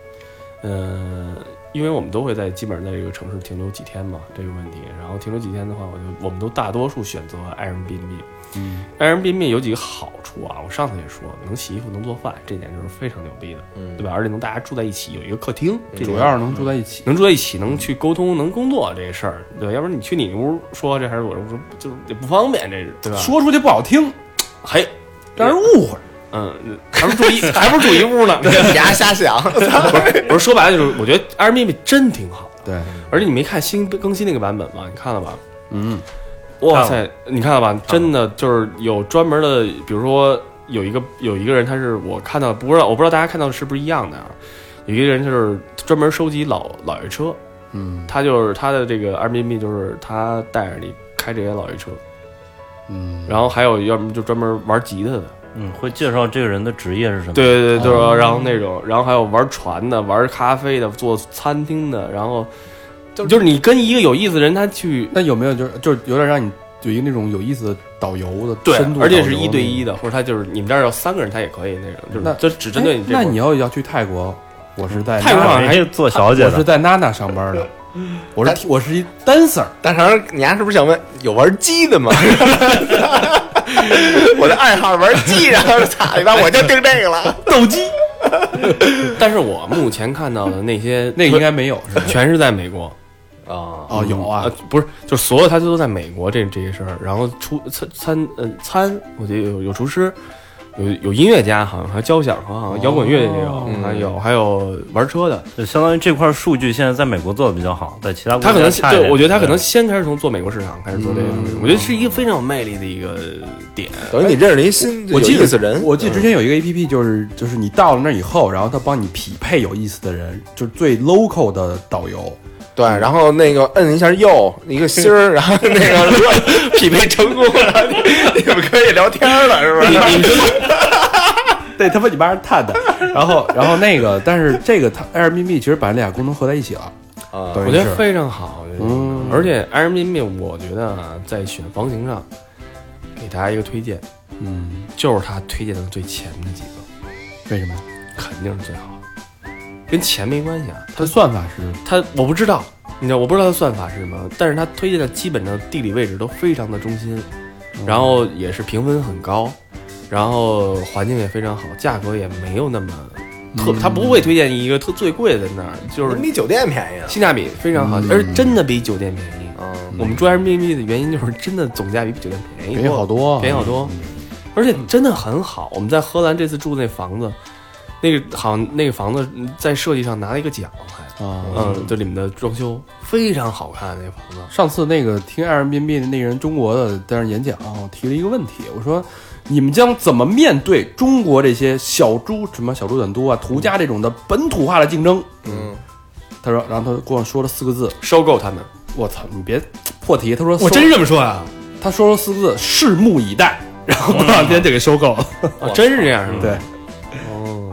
A: 嗯、因为我们都会在基本上在这个城市停留几天嘛，这个问题。然后停留几天的话，我就我们都大多数选择 Airbnb。
B: 嗯
A: Airbnb 有几个好处啊，我上次也说了，能洗衣服，能做饭，这点就是非常牛逼的，
C: 嗯
A: 对吧？而且能大家住在一起，有一个客厅，这
B: 主
A: 点
B: 要是能住在一起。
A: 能住在一起，能去沟通，能工作这事儿，对，要不然你去你屋说这还是我这屋，就也不方便，这是对吧？
B: 说出去不好听，
A: 嘿，
B: 让人误会。
A: 嗯，还不如住一，还不如住一屋 呢。
C: 牙瞎想，
A: 不是，不是，说白了就是，我觉得 Airbnb 真挺好的，
B: 对，
A: 而且你没看新更新那个版本吗？你看了吧？
B: 嗯，
A: 哇塞，你看了吧？真的就是有专门的，比如说有一个有一个人，他是我看到不知道，我不知道大家看到的是不是一样的啊？有一个人就是专门收集老老爷车，
B: 嗯
A: 他就是他的这个 Airbnb 就是他带着你开这些老爷车，
B: 嗯，
A: 然后还有要么就专门玩吉他的，
E: 嗯，会介绍这个人的职业是什么？，
A: 对对对，就是然后那种，然后还有玩船的、玩咖啡的、做餐厅的，然后就是你跟一个有意思的人，他去
B: 那有没有就是就是有点让你有一个那种有意思的导游的
A: 对
B: 深，度，
A: 而且是一对一。的，或者他就是你们这儿有三个人，他也可以那种，就是
B: 那
A: 就只针对你
B: 哎
A: 这
B: 那
A: 块儿。
B: 你要要去泰国，我是在
A: 泰国
B: 娜
A: 好像还
E: 是做小姐
B: 我是
E: 的，
B: 在娜娜上班的，我是我是一 dancer，
C: 大肠，你丫是不是想问有玩鸡的吗？我的爱好是玩鸡，然后操你妈，我就定这个了。
A: 但是我目前看到的那些
B: 那个应该没有是吧？
A: 全是在美国
C: 啊，
B: 哦，有啊
A: 呃，不是，就是所有他都在美国这这些事儿，然后厨餐餐呃餐，我觉得有有厨师，有有音乐家，好像还交响行，好像摇滚乐也有，还有还有玩车的。
E: 就相当于这块数据现在在美国做的比较好，在其他国家
A: 他可能
E: 差一
A: 对，
E: 点
A: 我觉得他可能先开始从做美国市场开始做这个东西，我觉得是一个非常有魅力的一个点。
C: 等于你认识了一新
B: 我
C: 有
B: 记
C: 意
B: 得
C: 思人，
B: 我
A: 嗯
B: 记得之前有一个 A P P，就是就是你到了那儿以后，然后他帮你匹配有意思的人，就是最 local 的导游。
C: 对，然后那个摁一下右一个心儿，然后那个如果匹配成功了，你你们可以聊天了，是不是？
B: 对他把你妈是探的，然后然后那个，但是这个它 Airbnb 其实把这俩功能合在一起了，
C: 啊
B: 等
A: 我
B: 于
A: 觉得
B: 是
A: 非常好，我觉得
B: 嗯
A: 而且 Airbnb 我觉得啊，在选房型上，给大家一个推荐，
B: 嗯，
A: 就是他推荐的最前的几个，
B: 为什么？
A: 肯定是最好的，跟钱没关系啊。
B: 它算法是
A: 他我不知道，你知道我不知道他算法是什么，但是他推荐的基本上地理位置都非常的中心，
B: 嗯
A: 然后也是评分很高，然后环境也非常好，价格也没有那么特，
B: 嗯
A: 他不会推荐一个特最贵的那儿， 就是
C: 比酒店便宜啊。
A: 性价比非常
B: 嗯
A: 好，而且真的比酒店便宜。我们住 Airbnb 的原因就是真的总价比酒店便宜，
B: 便宜好，多，啊嗯
A: 便宜好多，而且真的很好。我们在荷兰这次住那房子，那个好像那个房子在设计上拿了一个奖，还
B: 啊。
A: 嗯，这里面的装修非常好看，那个房子。
B: 上次那个听 Airbnb 的那人中国的在那儿演讲，我提了一个问题，我说你们将怎么面对中国这些小猪什么小猪短租啊、途家这种的本土化的竞争？
C: 嗯，
B: 他说，然后他跟我说了四个字，
A: 收购他们，
B: 我操，你别破题。他说，
F: 我真是这么说
A: 啊
F: 呀、
B: 他说了四个字，拭目以待。然
C: 嗯
B: 后过两天就给收购了。
A: 啊，真是这样是吗？
B: 对，
A: 哦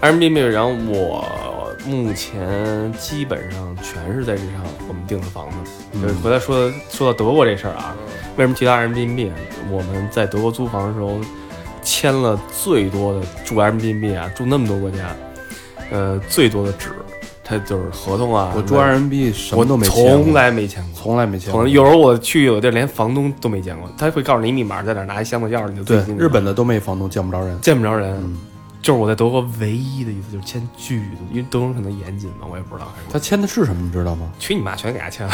A: ，Airbnb，然后我目前基本上全是在这上我们订的房子。
B: 嗯
A: 就是回来说说到德国这事儿啊，为什么提到 Airbnb？我们在德国租房的时候签了最多的住 Airbnb 啊，住那么多国家，呃，最多的纸，它就是合同啊。
B: 我住 Airbnb 什
A: 我
B: 么都没签过，
A: 从来没签过。
B: 从来没签
A: 可
B: 过。
A: 能有时候我去我这连房东都没见过，他会告诉你密码在哪儿，拿一箱子钥匙你就自
B: 对
A: 己进去
B: 日本的嗯都没房东见不着人。
A: 见不着人，就是我在德国唯一的一次就是签巨多，因为德国人可能严谨嘛，我也不知道。？
B: 他签的是什么，你知道吗
A: 去你妈，全给他签了，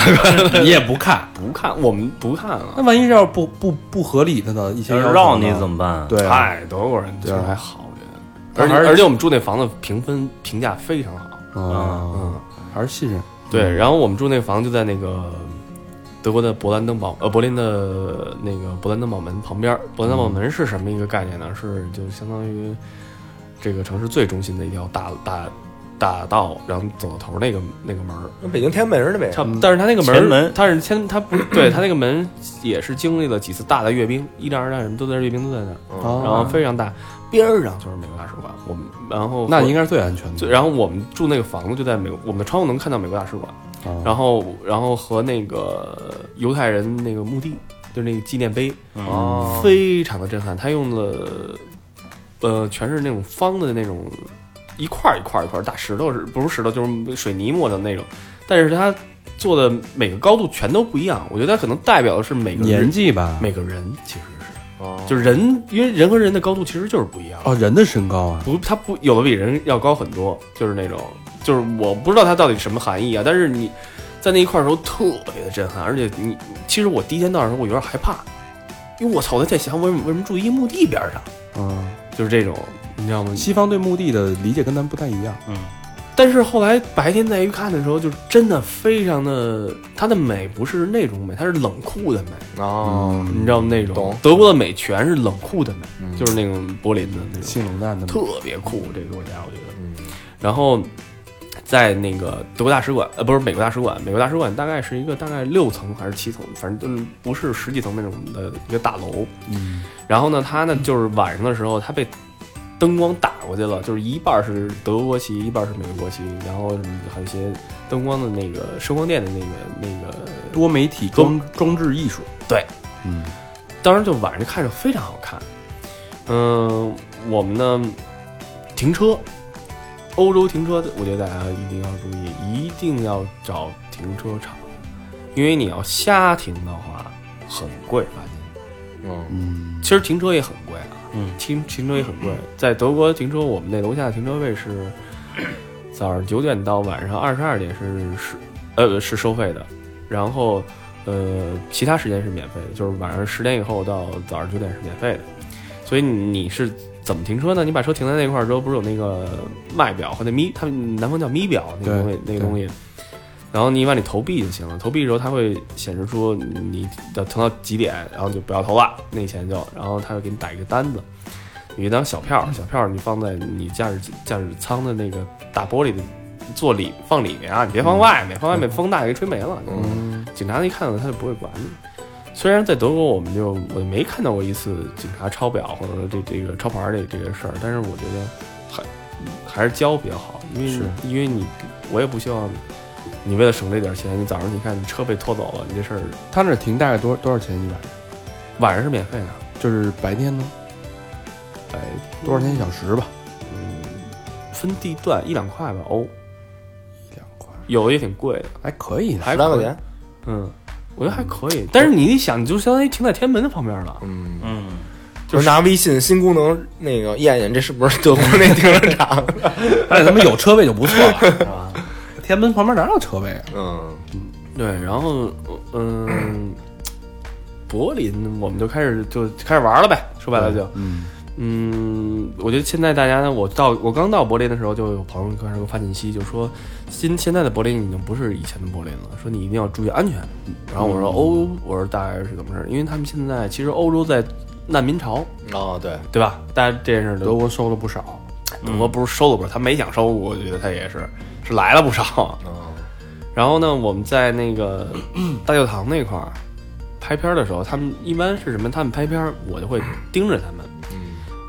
B: 你也不看。
A: 不看我们不看了
B: 那。万一要是不不不合理的呢？一些要求呢
E: 让你怎么办啊？
B: 对啊
A: 嗨，德国人其实还好，我觉得。而
B: 但
A: 且
B: 还是
A: 而且我们住那房子评分评价非常好，
B: 啊，还是信任。
A: 对。然后我们住那房就在那个德国的勃兰登堡呃柏林的那个勃兰登堡门旁边儿。勃兰登堡门是什么一个概念呢？是就相当于这个城市最中心的一条大大大道，然后走到头儿那个那个门儿。
C: 跟北京天安门似的呗。
A: 差不多，但是他那个门儿，
E: 前门
A: 他是先，他不是对他那个门也是经历了几次大的阅兵，一战、二战什么都在阅兵都在那儿，
C: 嗯
A: 然
B: 啊
A: 后非常大，边儿上就是美国大使馆，我们然后我
B: 那应该是最安全的。
A: 就然后我们住那个房子就在美国，我们的窗户能看到美国大使馆，
B: 啊
A: 然后然后和那个犹太人那个墓地，就是那个纪念碑，
C: 哦
A: 非常的震撼。他用了呃全是那种方的那种一块儿一块儿一块儿大石头是，不是石头就是水泥磨的那种，但是他做的每个高度全都不一样。我觉得他可能代表的是每个
B: 年
A: 人
B: 纪吧，
A: 每个人其实是
C: 哦
A: 就是人，因为人和人的高度其实就是不一样的。
B: 哦，人的身高啊，
A: 不，它不有的比人要高很多，就是那种，就是我不知道它到底什么含义啊。但是你在那一块儿的时候特别的震撼，而且你其实我第一天到的时候我有点害怕，因为我操，我在想为什么为什么住一墓地边上，
B: 嗯，
A: 就是这种，你知道吗？
B: 西方对墓地的理解跟咱们不太一样。
A: 但是后来白天再一看的时候，就是真的非常的，它的美不是那种美，它是冷酷的美，
C: 哦，
A: 你知道吗那种
C: 懂
A: 德国的美全是冷酷的美，就是那种柏林的那种。
B: 性冷淡的，
A: 特别酷，这个国家我觉得。
C: 嗯
A: 然后在那个德国大使馆，呃，不是美国大使馆，美国大使馆大概是一个大概六层还是七层，反正就是不是十几层那种的一个大楼。
B: 嗯，
A: 然后呢，它呢就是晚上的时候，它被灯光打过去了，就是一半是德国国旗，一半是美国国旗，然后什么还有一些灯光的那个声光电的那个那个。
B: 多媒体装装置艺术。
A: 对，
B: 嗯，
A: 当时就晚上就看着非常好看。嗯、我们呢停车，欧洲停车，我觉得大家一定要注意，一定要找停车场，因为你要瞎停的话很贵，发现。
C: 嗯，
A: 其实停车也很贵啊，
E: 嗯，
A: 停停车也很贵。在德国停车，我们那楼下的停车位是 早上九点到晚上二十二点是是呃是收费的，然后呃其他时间是免费的，就是晚上十点以后到早上九点是免费的。所以你是怎么停车呢？你把车停在那块儿之后，不是有那个迈表和那咪，他们南方叫咪表那个东西，那
B: 对
A: 个东西。然后你往里投币就行了，投币的时候它会显示出你的投到几点，然后就不要投了，那钱就，然后它会给你打一个单子，有一张小票，小票你放在你驾驶驾驶舱的那个大玻璃的座里放里面啊，你别放外面，放外面风大给吹没了。
C: 嗯
A: 警察一看到他就不会管你。虽然在德国，我们就我没看到过一次警察抄表或者说这这个抄牌儿这这个事儿，但是我觉得还还是教比较好，因为
B: 是
A: 因为你我也不希望你为了省这点钱，你早上你看你车被拖走了，你这事儿
B: 他那停大概多多少钱一晚上？
A: 晚上是免费的，
B: 就是白天呢，
A: 哎，
B: 多少钱一小时吧？
A: 分地段一两块吧，欧、
B: 两块，
A: 有的也挺贵的，
B: 还可以 呢。
A: 还
C: 十来
A: 可
C: 块
A: 以
C: 钱，
A: 嗯，我觉得还可以，但是你一想，你就相当于停在天安门旁边了，
C: 嗯，
E: 嗯，
C: 就是拿微信新功能那个验验，这是不是德国那停车场？
B: 哎，他妈有车位就不错了，是吧？天安门旁边哪有车位啊？
C: 嗯，
A: 对，然后嗯、柏林我们就开始就开始玩了呗，说白了就
B: 嗯，
A: 嗯，我觉得现在大家呢，我到我刚到柏林的时候，就有朋友开始给我发信息，就说现现在的柏林已经不是以前的柏林了，说你一定要注意安全。然后我
B: 嗯
A: 说欧，我说大概是怎么回事？因为他们现在其实欧洲在难民潮，
C: 哦对，
A: 对吧？大家这件事
B: 德
A: 都
B: 国收了不少，
A: 德国不是收了不少，他没想收，我觉得他也是是来了不少。
C: 嗯
A: 然后呢，我们在那个大教堂那块儿拍片儿的时候，他们一般是什么？他们拍片儿，我就会盯着他们。
C: 嗯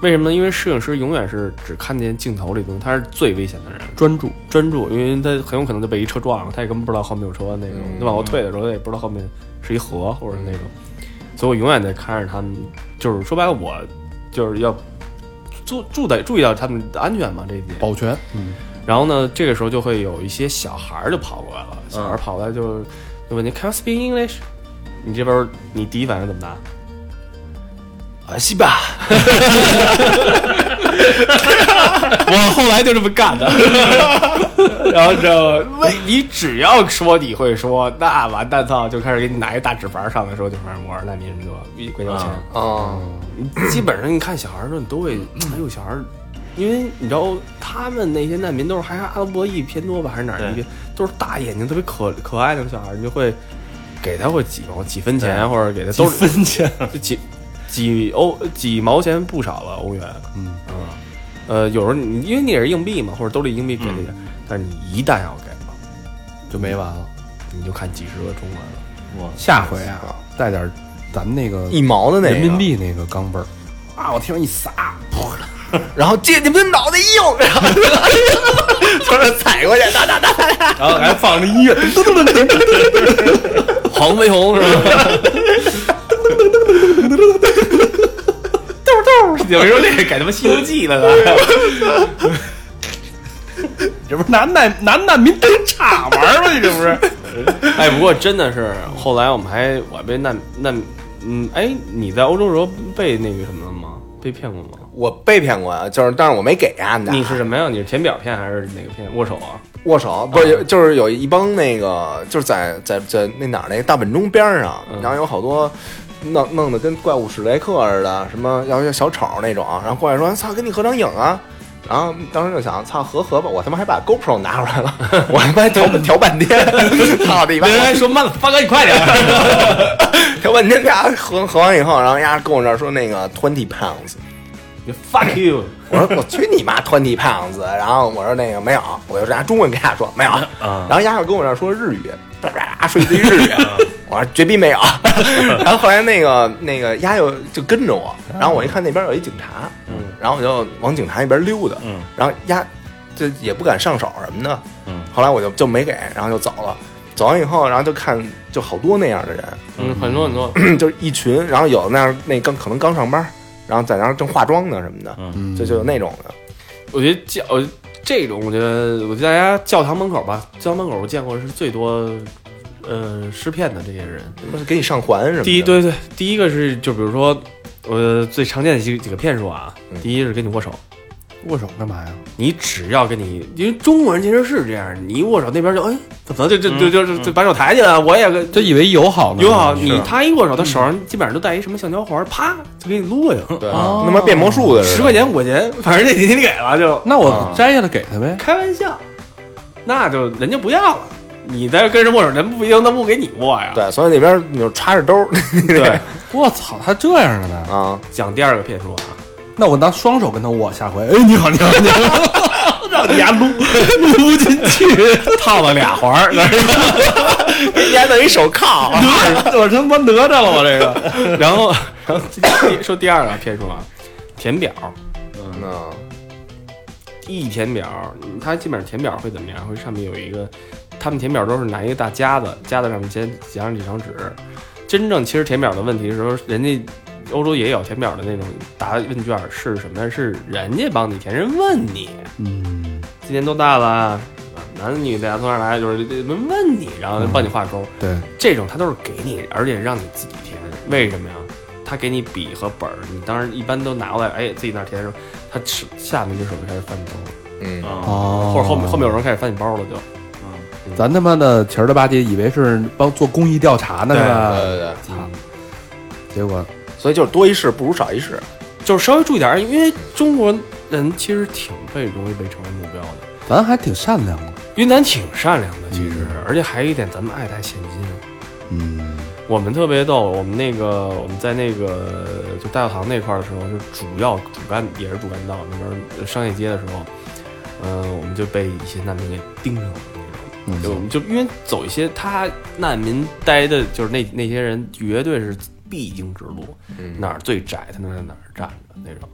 A: 为什么呢？因为摄影师永远是只看见镜头里东西，他是最危险的人。
B: 专注。
A: 专注，因为他很有可能就被一车撞了，他也根本不知道后面有车那种。
C: 嗯
A: 他往后退的时候，他也不知道后面是一河或者那种。所以我永远在看着他们，就是说白了，我就是要注注在注意到他们的安全嘛这一点。
B: 保全，嗯，
A: 然后呢，这个时候就会有一些小孩儿就跑过来了，
C: 嗯
A: 小孩儿跑过来就就问你 Can you speak English？你这边儿你第一反应怎么答？
C: 啊，西吧，
A: 我后来就这么干的， 然后就喂，你只要说你会说，那完蛋操，就开始给你拿一大纸牌儿上来说，就反正我是难民什么的，跪交钱。
E: 啊
C: 哦，
A: 你基本上你看小孩儿的时候，你都会，
E: 嗯
A: 哎呦小孩儿，因为你知道他们那些难民都是还是阿拉伯裔偏多吧，还是哪儿
E: 对
A: 一边，都是大眼睛特别可可爱那种小孩儿，你就会给他会几毛几分钱，或者给他都是
E: 分钱，
A: 就几几欧几毛钱不少了欧元，
B: 嗯
A: 呃，有时候你因为你也是硬币嘛，或者兜里硬币给了一
E: 嗯
A: 点，但是你一旦要给了，
B: 就没完了。
A: 你就看几十个中文了。
E: 我
B: 下回啊，带点儿咱们那个
C: 一毛的那个
B: 人民，币那个钢镚儿啊，我听一撒，
C: 然后借你们脑袋用，然后从这踩过去，哒哒哒哒哒，
B: 然后还放着音乐，噔噔噔噔噔噔，
A: 黄飞鸿是吧？豆豆，有人说这改他妈《西游记》了呢。
B: 这不是拿难拿难民当岔玩儿吗？你这不是？
A: 哎，不过真的是，后来我们还我还被难难，嗯，哎，你在欧洲的时候被那个什么了吗？被骗过吗？
C: 我被骗过呀，就是，但是我哦没给啊，
A: 你是什么呀？你是填表骗还是哪个骗？握手啊？
C: 握手，不是有就是有一帮那个就是在在在那哪儿那大本钟边儿上，然后有好多弄弄得跟怪物史莱克似的，什么要要小丑那种，然后过来说操，跟你合张影啊。然后当时就想，操合合吧，我他妈还把 GoPro 拿出来 了，我他妈还调调半天，操你妈！
A: 说慢了，发哥你快点。
C: 调半天，俩合合完以后，然后丫跟我这儿说那个 twenty pounds，
A: Fuck you！
C: 我说我去你妈 twenty pounds，然后我说那个没有，我就拿中文跟他说没有，
E: 啊
C: 然后丫又跟我这儿说日语，叭叭叭说一堆日语，
E: 啊
C: 我说绝逼 没有，然后后来那个那个丫又就跟着我，然后我一看那边有一警察，
E: 啊嗯，
C: 然后我就往警察那边溜达，
E: 嗯，
C: 然后丫就也不敢上手什么的，
E: 嗯，
C: 后来我就就没给，然后就走了，走完以后，然后就看就好多那样的人，
A: 嗯，很多很多，
C: 就是一群，然后有那样那刚可能刚上班，然后在那儿正化妆呢什么的，
B: 嗯
C: 就就有那种的。
A: 我觉得教呃这种，我觉得我觉得大家教堂门口吧，教堂门口我见过是最多呃尸骗的这些人。
C: 不是给你上环什么的？
A: 第一，，对对，第一个是就比如说，呃，最常见的几几个骗术啊
C: 嗯，
A: 第一是跟你握手，
B: 握手干嘛呀？
A: 你只要跟你，因为中国人其实是这样，你一握手那边就哎，怎么就就就就就就把手抬起来了，我也跟
B: 就以为友好呢，
A: 友嗯好，嗯你他一握手，他手上基本上都带一什么橡胶环，啪就给你撸过去了，
C: 对，那么变魔术的似的
A: 十块钱五块钱，反正这你你给了就
B: 那我摘下来给他呗。
A: 开玩笑，那就人家不要了，你再跟人握手，人不一定他不给你握呀。，
C: 对，所以那边你就插着兜儿，对
B: 我操，他这样的呢？
C: 啊，
A: 讲第二个骗术啊，
B: 那我拿双手跟他握，下回哎，你好，你好， 你好，让你牙撸撸进去，
A: 套了俩环 儿，
C: 给你还弄一手铐，
B: 我他妈哪吒了，我这个。
A: 然后然后第说第二个骗术啊，填表。
C: 嗯，
A: 一填表，它基本上填表会怎么样？会上面有一个，他们填表都是拿一个大夹子，夹子上面先夹上几张纸。真正其实填表的问题的时候，人家欧洲也有填表的那种答问卷是什么呀？是人家帮你填，人问你
B: 嗯，
A: 今年多大了，男女的呀，从哪儿来，就是问问你，然后帮你画勾。
B: 对，
A: 这种他都是给你，而且让你自己填。为什么呀？他给你笔和本儿，你当然一般都拿过来，哎，自己那儿填的时候，他手下面一只手就开始翻包。
C: 嗯，
E: 啊，
B: 哦，
A: 或者后面后面有人开始翻你包了就，
B: 咱他妈的前儿的吧唧，以为是帮做公益调查呢，
A: 对
B: 是
C: 对
B: 吧？
C: 对对，
B: 结果
C: 所以就是多一事不如少一事，
A: 就是稍微注意点儿，因为中国人其实挺被容易被成为目标的，
B: 咱还挺善良的。
A: 云南挺善良的，其实，而且还有一点，咱们爱带现金。
B: 嗯，
A: 我们特别逗，我们那个我们在那个就大教堂那块儿的时候，就主要主干也是主干道那边儿商业街的时候，嗯、我们就被一些难民给盯上了那种，就我们就因为走一些他难民待的，就是那那些人绝对是必经之路，
C: 嗯
A: 哪儿最窄他能在哪儿站着那种。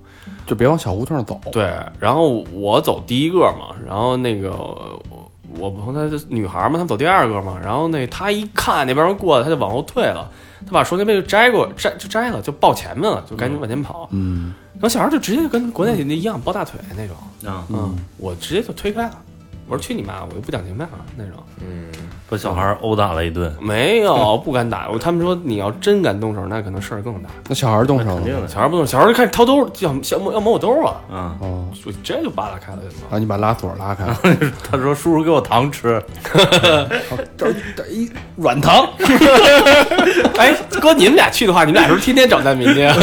B: 就别往小胡同儿走。
A: 对，然后我走第一个嘛，然后那个我我朋友她是女孩嘛，她们走第二个嘛，然后那她一看那边人过来，她就往后退了，她把双肩背就摘过摘就摘了，就抱前面了，就赶紧往前跑。
B: 嗯，
A: 然后小孩就直接跟国内那一样抱大腿那种，
E: 啊，
A: 嗯，我直接就推开了，我说去你妈，我就不讲情面了那种。
C: 嗯，
E: 把小孩殴打了一顿，
A: 没有，不敢打，我他们说你要真敢动手，那可能事儿更大。
B: 那小孩儿动手
E: 肯定
B: 了吗。
E: 的，
A: 小孩不动，小孩就开始掏兜，要要要摸我兜啊，
E: 啊，
B: 哦，
A: 我直接就扒拉开了就。
B: 然后你把拉锁拉开，
E: 他说叔叔给我糖吃，
B: 这这一软糖。
A: 哎，哥，你们俩去的话，你们俩是不是天天找难民去？啊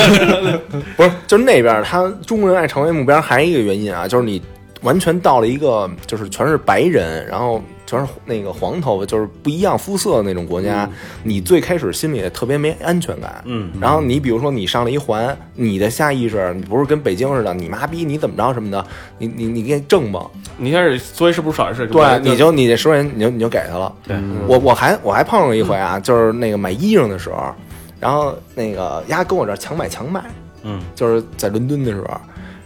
C: 不是，就是那边儿他中国人爱成为目标，还有一个原因啊，就是你完全到了一个就是全是白人，然后全是那个黄头发，就是不一样肤色的那种国家，你最开始心里也特别没安全感。
E: 嗯，
C: 然后你比如说你上了一环，你的下意识，你不是跟北京似的，你妈逼你怎么着什么的，你你你给正吧，
A: 你开始作为是不是少事？
C: 对，你就你这十块钱你就你就给他了。
A: 对，
C: 我我还我还碰上一回啊，就是那个买衣裳的时候，然后那个丫跟我这儿强买强卖，
E: 嗯，
C: 就是在伦敦的时候，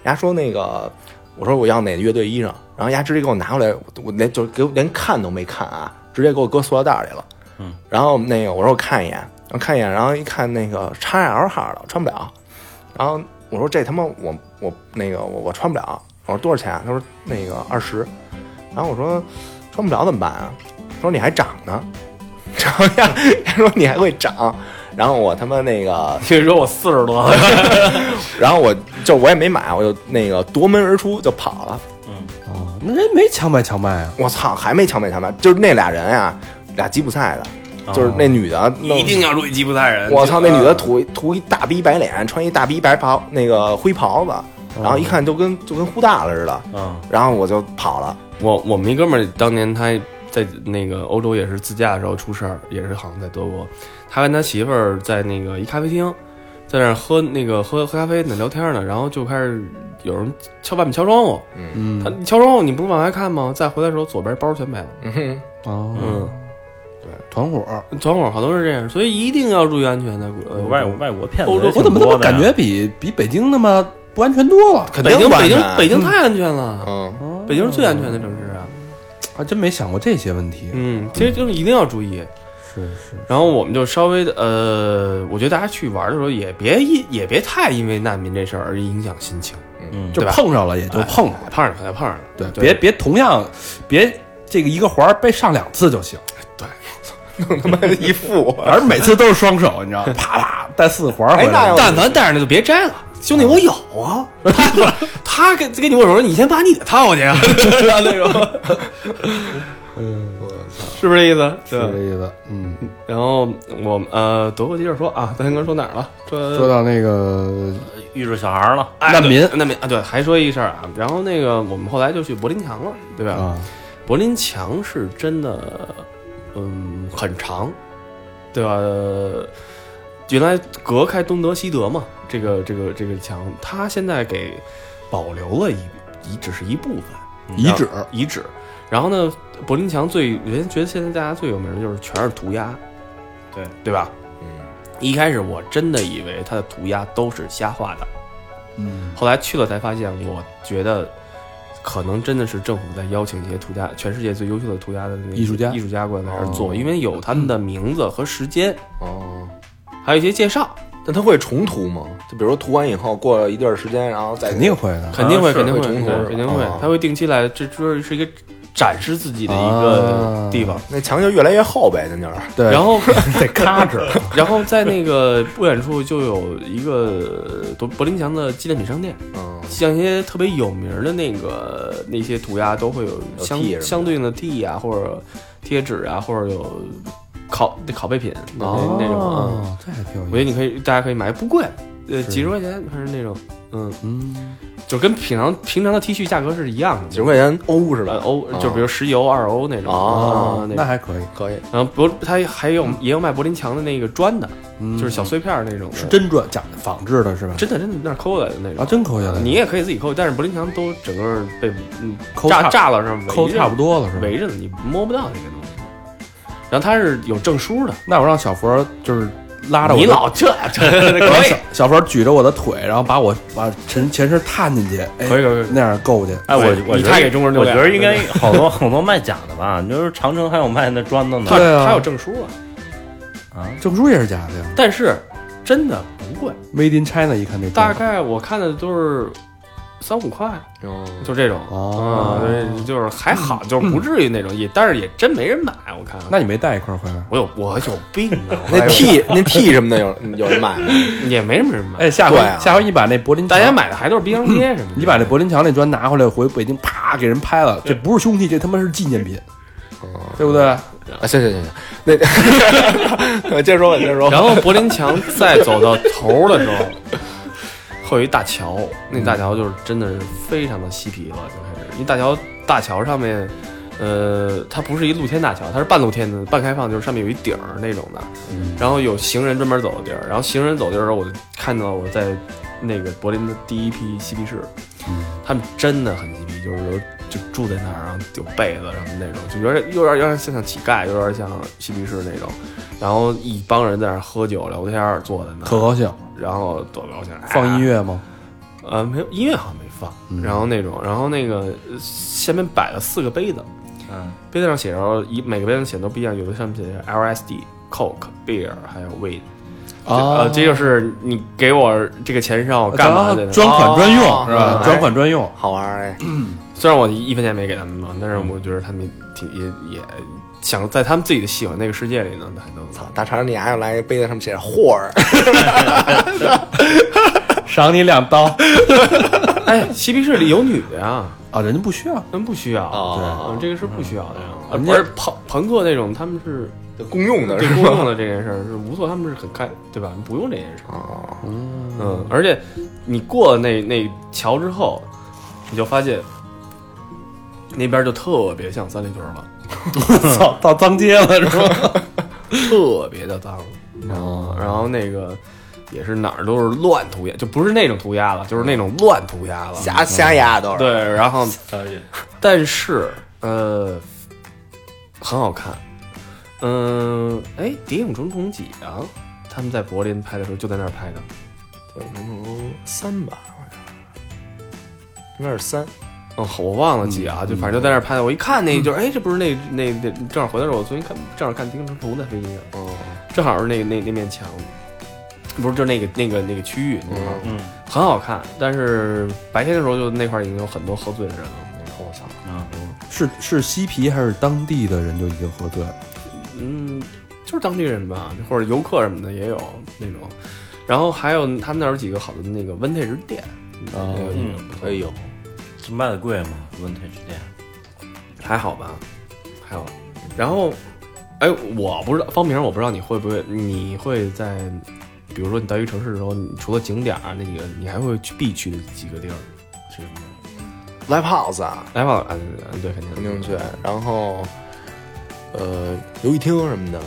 C: 丫说那个，我说我要哪乐队衣裳，然后丫直接给我拿过来，我我连就是给我连看都没看啊，直接给我搁塑料袋里了。
E: 嗯，
C: 然后那个我说我看一眼，然后看一眼，然后一看那个 XL 号的穿不了，然后我说这他妈我我那个我我穿不了，我说多少钱、啊？他说那个二十，然后我说穿不了怎么办啊？他说你还长呢， 然后丫丫说你还会长，然后我他妈那个
A: 听说我四十 多，
C: 然后我就我也没买，我就那个夺门而出就跑了。
B: 哦，那人没强买强卖啊。
C: 我操，还没抢买抢买，就是那俩人呀、俩吉普赛的，就是那女的弄
A: 一定要注意吉普赛人。
C: 我操，那女的涂涂一大逼白脸，穿一大逼白袍那个灰袍子，然后一看就跟就跟呼大了似的，
E: 啊，
C: 然后我就跑了。
A: 我我们一哥们儿当年他在那个欧洲也是自驾的时候出事儿，也是好像在德国，他跟他媳妇儿在那个一咖啡厅，在那儿喝那个喝喝咖啡呢，聊天呢，然后就开始有人敲外面敲窗户，他
B: 嗯，
A: 敲窗户你不是往外看吗？再回来的时候左边包全没了，
C: 嗯哼，
B: 哦，
A: 嗯，
B: 团伙。
A: 团嗯伙好多是这样，所以一定要注意安全的。呃
E: 外外国骗子
A: 欧洲
E: 也
B: 我
E: 挺
B: 怎么他
E: 多
B: 妈
E: 的呀
B: 感觉比比北京他妈不安全多了？
C: 肯
A: 北京
C: 定
A: 北
C: 完
A: 京
C: 蛋
A: 北京太安全了，
C: 嗯，
B: 哦
A: 北京是最安全的城市啊。
B: 还真没想过这些问题。
A: 嗯，其实就是一定要注意。
B: 是是，
A: 然后我们就稍微的呃，我觉得大家去玩的时候也别因也别太因为难民这事儿而影响心情，
E: 嗯，
B: 就
A: 对吧
B: 碰上了也就碰上了。
A: 碰上了碰上了，
B: 对，
A: 对
B: 别别同样，别这个一个环儿被上两次就行，
C: 他妈的 一副。
B: 而每次都是双手，你知道，啪啪带四个环儿
C: 哎
B: 回
C: 那
B: 来
C: 要。
A: 但凡带上那就别摘了，兄弟，我有 啊。他不是他给给你握手说，你先把你的套 去啊， 是吧那种，
B: 嗯，
A: 是不是这意思？
B: 是这。意思。嗯，
A: 然后我们呃，德国接着说啊，咱刚说哪儿了？说
B: 说到那个
E: 遇着小孩了，
A: 哎
B: 难民
A: 对难民啊，对，还说一事儿啊。然后那个我们后来就去柏林墙了，对吧？
B: 啊，
A: 柏林墙是真的，嗯，很长，对吧？呃原来隔开东德西德嘛，这个这个这个墙，它现在给保留了一一只是一部分
B: 遗址
A: 遗址。然后呢，柏林墙最人家觉得现在大家最有名的就是全是涂鸦，
E: 对
A: 对吧？
C: 嗯，
A: 一开始我真的以为它的涂鸦都是瞎画的，
B: 嗯，
A: 后来去了才发现，我觉得可能真的是政府在邀请一些涂鸦，全世界最优秀的涂鸦的那个
B: 艺术家哦
A: 艺术家过来在这儿做，因为有他们的名字和时间，
C: 哦，
A: 还有一些介绍，
C: 那它会重涂吗？就比如说涂完以后，过了一段时间，然后再
B: 肯定啊会的。
A: 肯定会，
E: 是
A: 肯定会，
C: 会重合
A: 对肯定会
C: 哦，
A: 他会定期来，这就是一个展示自己的一个
B: 啊
A: 地方。
C: 那墙就越来越厚呗，在那儿。
B: 对，
A: 然后，
B: 得咔哧，
A: 然后在那个不远处就有一个呃柏柏林墙的纪念品商店，
C: 嗯，
A: 像一些特别有名儿的那个那些涂鸦，都会有
C: 有
A: 相
C: 屉什么的
A: 相对应的屉啊，或者贴纸啊，或者有拷那拷贝品那、那种啊。
B: 哦，这还挺有意思。
A: 我觉得你可以，大家可以买，不贵，呃，几十块钱还是那种，嗯，
B: 嗯，
A: 就跟平常平常的 T 恤价格是一样的，
C: 几十块钱欧是
A: 呃
C: 吧？
A: 欧，就比如十欧、二欧那种
C: 哦
A: 啊那
B: 那
A: 种。
B: 还可以，
C: 可以，
A: 然后柏，它还有也有卖柏林墙的那个砖的，
B: 嗯
A: 就是小碎片儿那种的，
B: 是真砖假仿制的是吧？
A: 真的真的那儿抠下来的那
B: 啊，
A: 种。
B: 真抠下来，
A: 你也可以自己抠，但是柏林墙都整个儿被嗯
B: 抠
A: 炸
B: 差
A: 炸了上，
B: 抠差不多了是吧？
A: 围着呢，你摸不到那个东西。然后它是有证书的，
B: 那我让小佛就是拉着我的，
A: 你老 哎这这可以
B: 小小佛举着我的腿，然后把我把全全身探进去，哎，
A: 可以可以可以
B: 那样够去。
E: 哎，我
A: 对
E: 我
A: 你
E: 觉得
A: 太给中国人留
E: 我觉
A: 脸
E: 得
A: 了
E: 应该好多好多卖假的吧，你就是长城还有卖那砖的呢
A: 它
B: 对啊
A: 它有证书啊，
E: 啊，
B: 证书也是假的呀
A: 但是真的不贵，
B: ，Made in China，一看那
A: 大
B: 证
A: 概我看的都是三五块，
C: 嗯，
A: 就这种
B: 哦
A: 啊，对，就是还好，就是不至于那种，也但是也真没人买，我看
B: 那你没带一块回来？
A: 我有我有病 啊，
C: 那 T 那 T 什么的有有人买吗？
A: 我也没什么人买，
B: 哎，下回
C: 对啊
B: 下回你把那柏林
A: 大家
B: 墙，
A: 买的还都是冰箱贴什么的，
B: 你把那柏林墙那砖拿回来，回北京啪给人拍了，这不是凶器，这他妈是纪念品，
A: 哦
B: 对不对？
C: 啊，行行行行，那 接着说吧，接着说吧。
A: 然后柏林墙再走到头儿的时候，会有一大桥，那大桥就是真的是非常的嬉皮了，就开始。一大桥，大桥上面，呃，它不是一露天大桥，它是半露天的、半开放，就是上面有一顶儿那种的，然后有行人专门走的地儿。然后行人走的地儿的时候，我就看到我在那个柏林的第一批嬉皮士，他们真的很嬉皮，就是有。就住在那儿，然后有被子什么那种，就有点有点有点像像乞丐，有点像嬉皮士那种。然后一帮人在那儿喝酒聊天儿，坐在那儿
B: 可高兴，
A: 然后多高兴，哎呀
B: 放音，乐嗯吗？
A: 呃，没有音乐好像没放，然后那种，然后那个呃下面摆了四个杯子，
E: 嗯，
A: 杯子上写着一每个杯子写的都不一样，有的上面写着 LSD、Coke、Beer 还有 Weed，
B: 啊
A: 呃，，这就是你给我这个钱是让我干嘛去
B: 咱
A: 的？
B: 专啊款专用
C: 哦
B: 是吧？
C: 哎
B: 专款专用，
C: 好玩儿哎，
A: 虽然我一分钱没给他们嘛，但是我觉得他们挺也也想在他们自己的喜欢那个世界里呢，还能
C: 操，大肠你还要来一杯子，上面写着霍 儿，
B: 赏你两刀
A: 哎，嬉皮士里有女的呀，
B: 啊！人家不需要，
A: 真不需要
C: 哦
A: 嗯这个是不需要的呀。呃
B: 人
A: 不
B: 家
A: 是朋朋克那种，他们是
C: 公用的
A: 对
C: 是
A: 公
C: 吧？
A: 用的这件事儿是无所，他们是很开，对吧？不用这件事儿，
C: 哦，
A: 嗯，而且你过了那那桥之后，你就发现那边就特别像三里屯了，
B: 操，到脏街了是吧？
A: 特别的脏，然后然后那个也是哪儿都是乱涂鸦，就不是那种涂鸦了，就是那种乱涂鸦了，
C: 瞎瞎压都是。
A: 对，然后
E: 可以，
A: 但是呃，很好看。嗯、哎，《谍影重重》几啊？他们在柏林拍的时候就在那儿拍的。
C: 对，能不能嗯三吧？好像应该是三。
A: 哦，我忘了几啊，就反正就在那儿拍的。我一看那就是，哎，这不是那那那正好回来的时候，我昨天看正好看《谍影重重》在飞机上，
C: 哦，
A: 正好是那那那面墙，不是就那个那个那个区域，你知道吗？
E: 嗯，
A: 很好看。但是白天的时候就那块儿已经有很多喝醉的人了。我操！
E: 啊，
B: 是是嬉皮还是当地的人就已经喝醉了？
A: 嗯，就是当地人吧，或者游客什么的也有那种。然后还有他们那儿有几个好的那个 vintage 店，
B: 啊
A: 那个
E: 嗯
C: 哎呦，
E: 这卖的贵吗？问题之店
A: 还好吧，还好。然后，哎，我不知道方明，我不知道你会不会，你会在，比如说你到一个城市的时候，你除了景点儿那几个，你还会去必去的几个地儿。
E: 是吗？
C: l i v e house 啊，
A: 来吧，啊对对，肯定
C: 肯定去。然后，呃，游戏厅什么的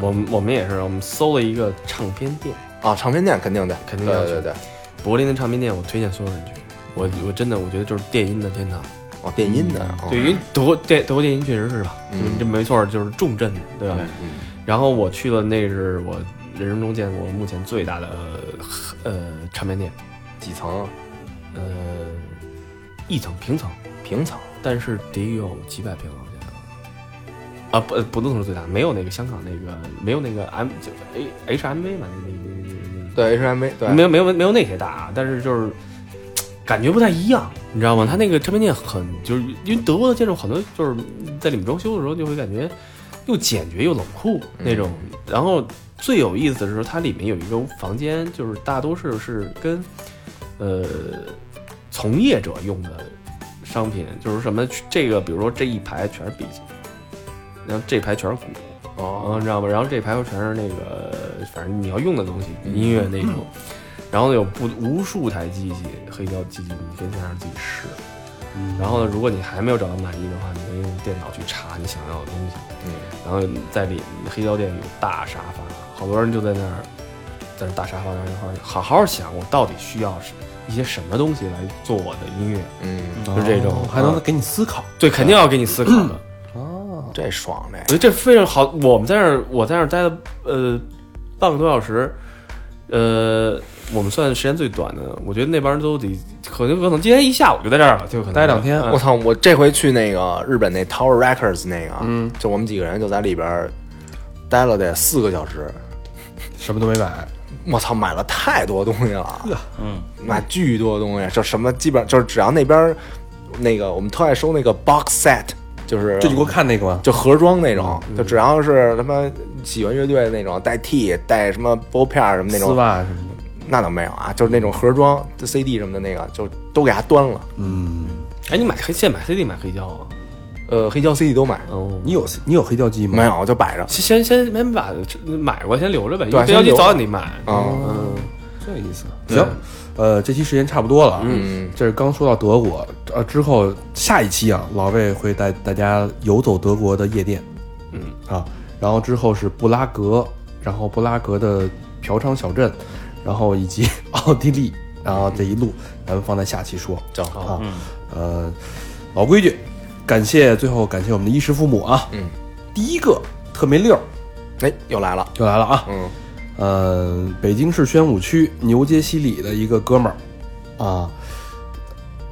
A: 我们我们也是，我们搜了一个唱片店，
C: 啊，唱片店肯定的，
A: 肯定要去
C: 对对对。
A: 柏林的唱片店，我推荐所有人去。我我真的我觉得就是电音的天堂，
C: 哦，电音的，哦
A: 对，因为德国电德国电音确实是吧，
C: 嗯
A: 这没错，就是重镇，对吧？然后我去了，那是我人生中见过目前最大的呃唱片店，
C: 几层
A: 呃，一层平层，
C: 平层，
A: 但是得有几百平，好像。啊不呃不能说最大，没有那个香港那个，没有那个 M 就 A H M V 嘛，那那那那那
C: 对 HMV，对，
A: 没有没有没有那些大啊，但是就是嘖感觉不太一样，你知道吗？它那个唱片店很就是因为德国的建筑很多就是在里面装修的时候就会感觉又简洁又冷酷那种。然后最有意思的是，它里面有一个房间，就是大多数是跟呃从业者用的商品，就是什么这个，比如说这一排全是笔记，然后这排全是鼓，
C: 哦，
A: 嗯，你知道吗？然后这排后全是那个，反正你要用的东西，音乐那种。然后呢，有不无数台机器，黑胶机器，你可以在那儿自己试。然后呢，如果你还没有找到满意的话，你可以用电脑去查你想要的东西。
C: 嗯
A: 然后在里黑胶店有大沙发，好多人就在那儿，在那大沙发那儿好好好好想，我到底需要是一些什么东西来做我的音乐？
C: 嗯，
B: 哦
A: 就这种
B: 还能给你思考
A: 对，肯定要给你思考的。
B: 哦，
C: 这爽嘞
A: 我觉，得这非常好。我们在那儿，我在那儿待了呃半个多小时，呃，我们算时间最短的。我觉得那帮人都得可能可能今天一下午就在这儿了，就可能
B: 待两天
A: 嗯
C: 我操！我这回去那个日本那 Tower Records 那个，嗯，就我们几个人就在里边儿待了得四个小时，
B: 什么都没买，
C: 我操，买了太多东西了，
E: 嗯，
C: 买巨多东西，就什么基本就是只要那边儿那个我们特爱收那个 box set，就是
B: 就你给我看那个吗？
C: 就盒装那种，
B: 嗯
C: 就只要是他妈喜欢乐队那种带 T 带什么拨片儿什么那
B: 丝
C: 种，
B: 袜什么的，
C: 那倒没有啊，就是那种盒装就 CD 什么的那个，就都给他端了，
B: 嗯，
A: 哎，你买黑现在买 CD 买黑胶啊？
C: 呃，黑胶 CD 都买，
A: 哦，
B: 你有你有黑胶机吗？
C: 没有就摆着，
A: 先先先先把买过来先留着呗，因
C: 对
A: 为黑胶机
C: 先留着
A: 早晚得买。
C: 嗯
B: 哦，这意思。行，呃，这期时间差不多了。
C: 嗯
B: 这是刚说到德国，呃，之后下一期啊，老魏会带大家游走德国的夜店，
A: 嗯
B: 啊，然后之后是布拉格，然后布拉格的嫖娼小镇，然后以及 奥地利，然后这一路咱们放在下期说
C: 行
B: 啊，呃，老规矩，感谢最后感谢我们的衣食父母啊，
C: 嗯，
B: 第一个特没溜儿
C: 哎，又来了，
B: 就来了啊，
C: 嗯，
B: 呃，北京市宣武区牛街西里的一个哥们儿，啊，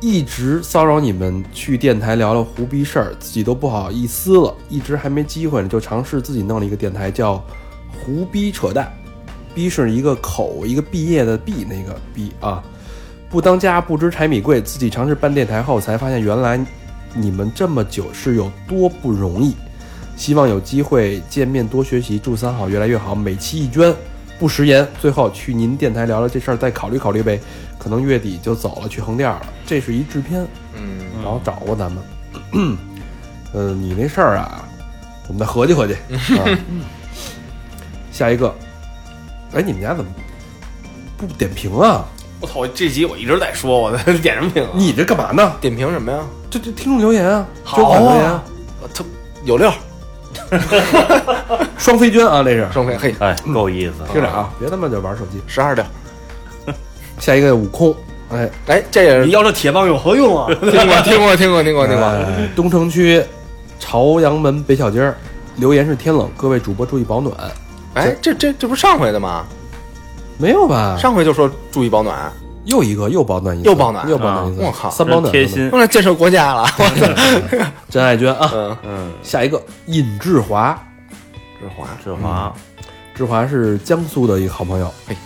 B: 一直骚扰你们去电台聊聊胡逼事儿，自己都不好意思了，一直还没机会呢，就尝试自己弄了一个电台，叫“胡逼扯淡”，逼是一个口一个毕业的毕那个逼啊，不当家不知柴米贵，自己尝试办电台后才发现，原来你们这么久是有多不容易。希望有机会见面多学习，祝三好越来越好，每期一捐，不食言。最后去您电台聊聊这事儿，再考虑考虑呗，可能月底就走了，去横店了。这是一制片，
C: 嗯，
B: 然后找过咱们。 呃，你那事儿啊，我们再合计合计。 啊、下一个，哎，你们家怎么不点评啊？
A: 我操，这集我一直在说，我在点什么 名啊？
B: 你这干嘛呢？
C: 点评什么呀？
B: 这这听众留言啊，
C: 好
B: 捐款留言，
C: 啊呃特有料，
B: 双飞捐啊，这是。
C: 双飞嘿，嗯
E: 哎，
B: 嗯
E: 够意思。
B: 听着啊，别他妈就玩手机。
C: 十二料，
B: 下一个悟空，哎，
C: 哎，这也是
A: 你要这铁棒有何用啊？
C: 听过 听过听过听过听过，
E: 哎
B: 呃东城区朝阳门北小街儿，留言是天冷，各位主播注意保暖。
C: 哎，这这这不是上回的吗？
B: 没有吧？
C: 上回就说注意 保暖，
B: 又一个又保暖一次，
C: 又保暖
B: 又保暖一次，
C: 啊我靠
B: 三保暖，
E: 贴心
C: 用来建设国家了，
B: 嗯 真爱娟啊！
C: 嗯，
E: 嗯，
B: 下一个尹志华，
C: 志华，
E: 志华，
B: 志华是江苏的一个好朋友
C: 嘿，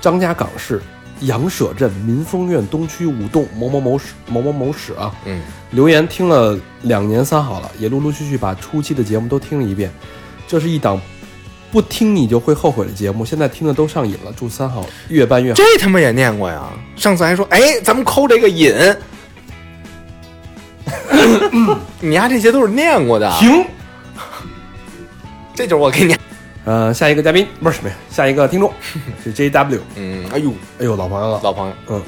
B: 张家港市杨舍镇民丰苑东区五栋某某某室某某某室啊，
C: 嗯，
B: 留言听了两年三好了，也陆陆续续把初期的节目都听了一遍。这是一档不听你就会后悔的节目，现在听的都上瘾了。祝三好越办越好。
C: 这他妈也念过呀！上次还说，哎，咱们抠这个瘾， 你丫这些都是念过的，啊
B: 停。
C: 这就是我给你。
B: 呃，下一个嘉宾不是什么呀，下一个 听众是 JW，
C: 嗯，哎呦，
B: 哎呦，老朋友了。
C: 老朋友，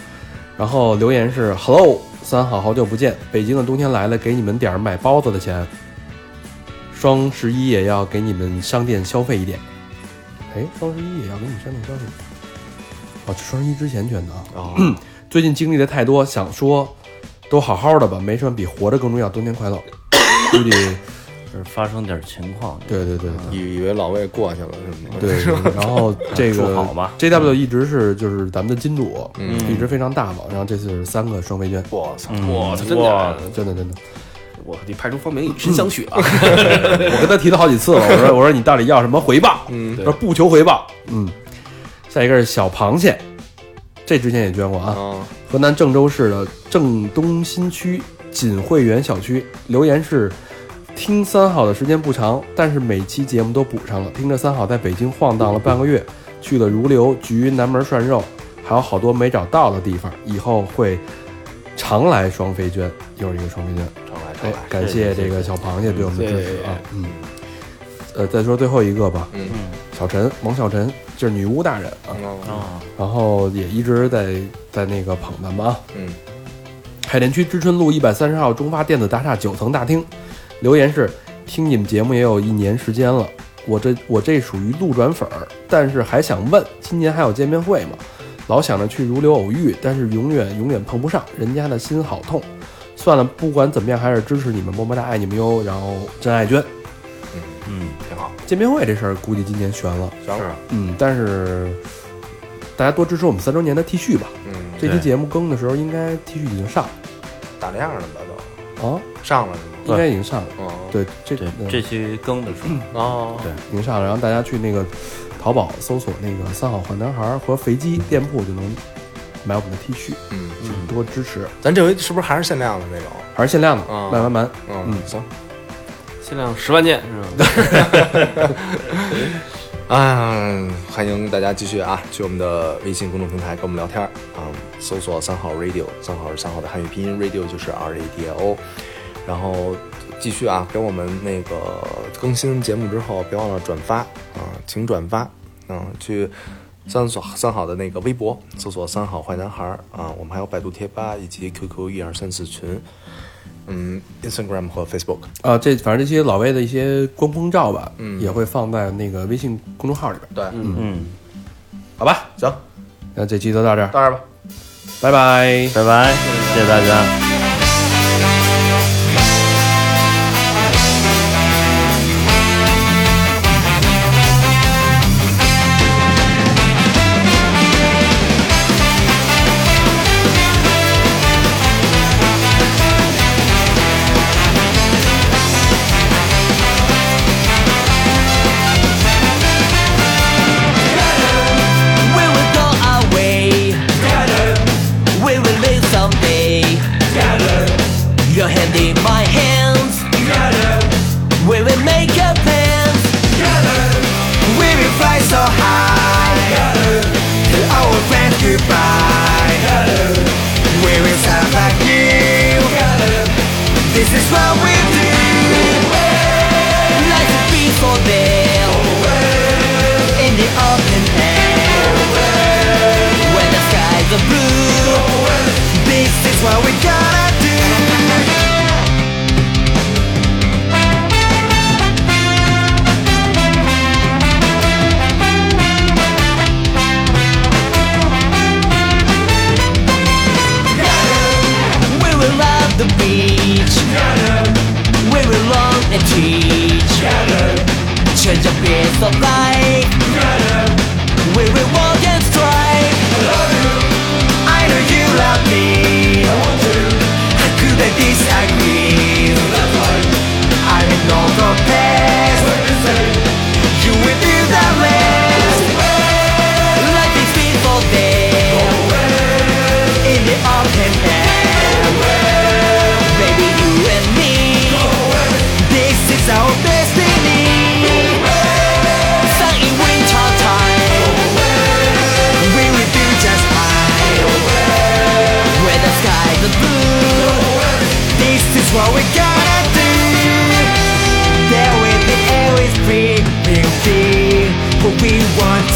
B: 然后留言是 Hello 三好，好久不见，北京的冬天来了，给你们点儿买包子的钱，双十一也要给你们商店消费一点。哎，双十一也要给你们商店消费。哦，这双十一之前捐的啊。
C: 哦
B: 最近经历的太多，想说都好好的吧，没什么比活着更重要。冬天快 乐，估计
A: 嗯
E: 就是发生点情况，
B: 对对对
C: 以以为老魏过去了是 吗？
B: 对，对。然后这
E: 祝好
B: 个
E: 吧
B: JW 一直是就是咱们的金主，一直非常大方。然后这次是三个双倍捐，
C: 我操，
E: 嗯
A: 我操，真的，
B: 真的真的。
A: 我得派出方明宇真香雪啊！
B: 我跟他提了好几次了，我说我说你到底要什么回报？嗯，他说不求回报。嗯，下一个是小螃蟹，这之前也捐过啊。
C: 啊，
B: 河南郑州市的郑东新区锦汇园小区留言是：听三好的时间不长，但是每期节目都补上了。听着三好在北京晃荡了半个月，去了如流、局、南门涮肉，还有好多没找到的地方。以后会常来双飞捐，又是一个双飞捐。
C: 常来
B: 哎
C: 常来，，
B: 感谢这个小螃蟹对我们的支持啊，嗯，呃，再说最后一个吧，
C: 嗯，
B: 小陈，王小陈，就是女巫大人啊，
C: 嗯
E: 啊，
B: 然后也一直在在那个捧咱们啊，
C: 嗯，
B: 海淀区知春路一百三十号中发电子大厦九层大厅，留言是听你们节目也有一年时间了，我这我这属于路转粉儿，但是还想问，今年还有见面会吗？老想着去如流偶遇，但是永远永远碰不上，人家的心好痛。算了，不管怎么样，还是支持你们，么么哒，爱你们哟。然后真爱娟
E: 嗯，
C: 挺好，
B: 见面会这事儿估计今年悬了，
C: 行，
B: 嗯，但是大家多支持我们三周年的 T 恤吧。
C: 嗯，
B: 这期
E: 对
B: 节目更的时候，应该 T 恤已经上了
C: 打这样了吧都
B: 啊，
C: 上了是吗？
B: 应该已经上了。
C: 哦，
B: 对，这
E: 这
B: 嗯
E: 这期更的时候，
C: 哦，
E: 对
B: 已经上了，然后大家去那个淘宝搜索那个“三好坏男孩儿”和肥鸡店铺就能买我们的 T 恤，
C: 嗯，
B: 请多支持，
C: 咱这回是不是还是限量的那种？
B: 还是限量的，
C: 啊
B: 卖完完。
C: 嗯，行。
A: 限量十万件是吧？
C: 啊，欢迎大家继续啊，去我们的微信公众平台跟我们聊天儿啊，搜索三号 radio，三号是三号的汉语拼音，radio 就是 R A D I O，然后继续啊，给我们那个更新节目之后，别忘了转发啊，请转发，嗯、去三所三好的那个微博搜索三好坏男孩儿啊，我们还有百度贴吧以及 QQ 一二三四群，嗯，Instagram 和 Facebook，
B: 啊，这反正这些老魏的一些官方照吧，
C: 嗯
B: 也会放在那个微信公众号里边，
C: 对，
E: 嗯，
B: 好吧？
C: 行，
B: 那这期就到这儿，
C: 到这儿吧。
B: 拜拜。
E: 拜拜，谢谢大家。
F: We will go our way. We will live someday. Your hand in my hands. We will make a plan. We will fly so high. Tell our friends goodbye. We will sound like you. This is what we do. Life will be for them. In the open air. When the skies are blue This is what we gotta do We will love the beach We will learn and teach Change the pace of life We will walk and strive I know you love me. I want to. How could I disagree? I'm in no contest. You will do the rest. Life is fit for them. In the open air. Baby, you and me. This is our destiny. Sun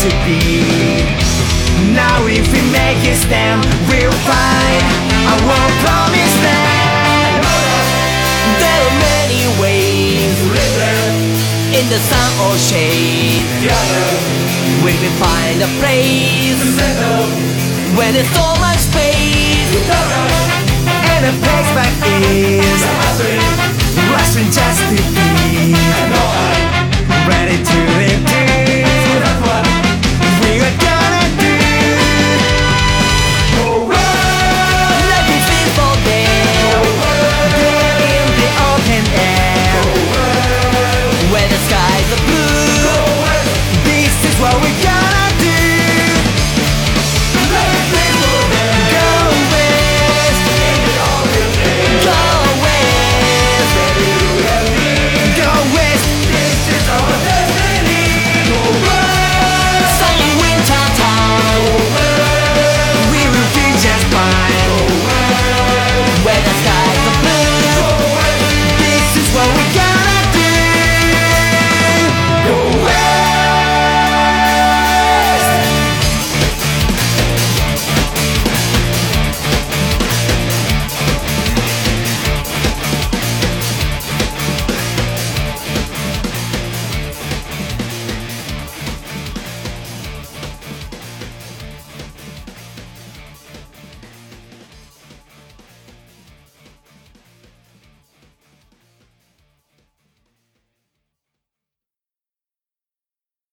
F: to be. Now if we make it stand, we'll fight. I won't promise that. There are many ways. In the sun or shade. We will find a place. Where there's so much space. And a place like this. Russian just defeat.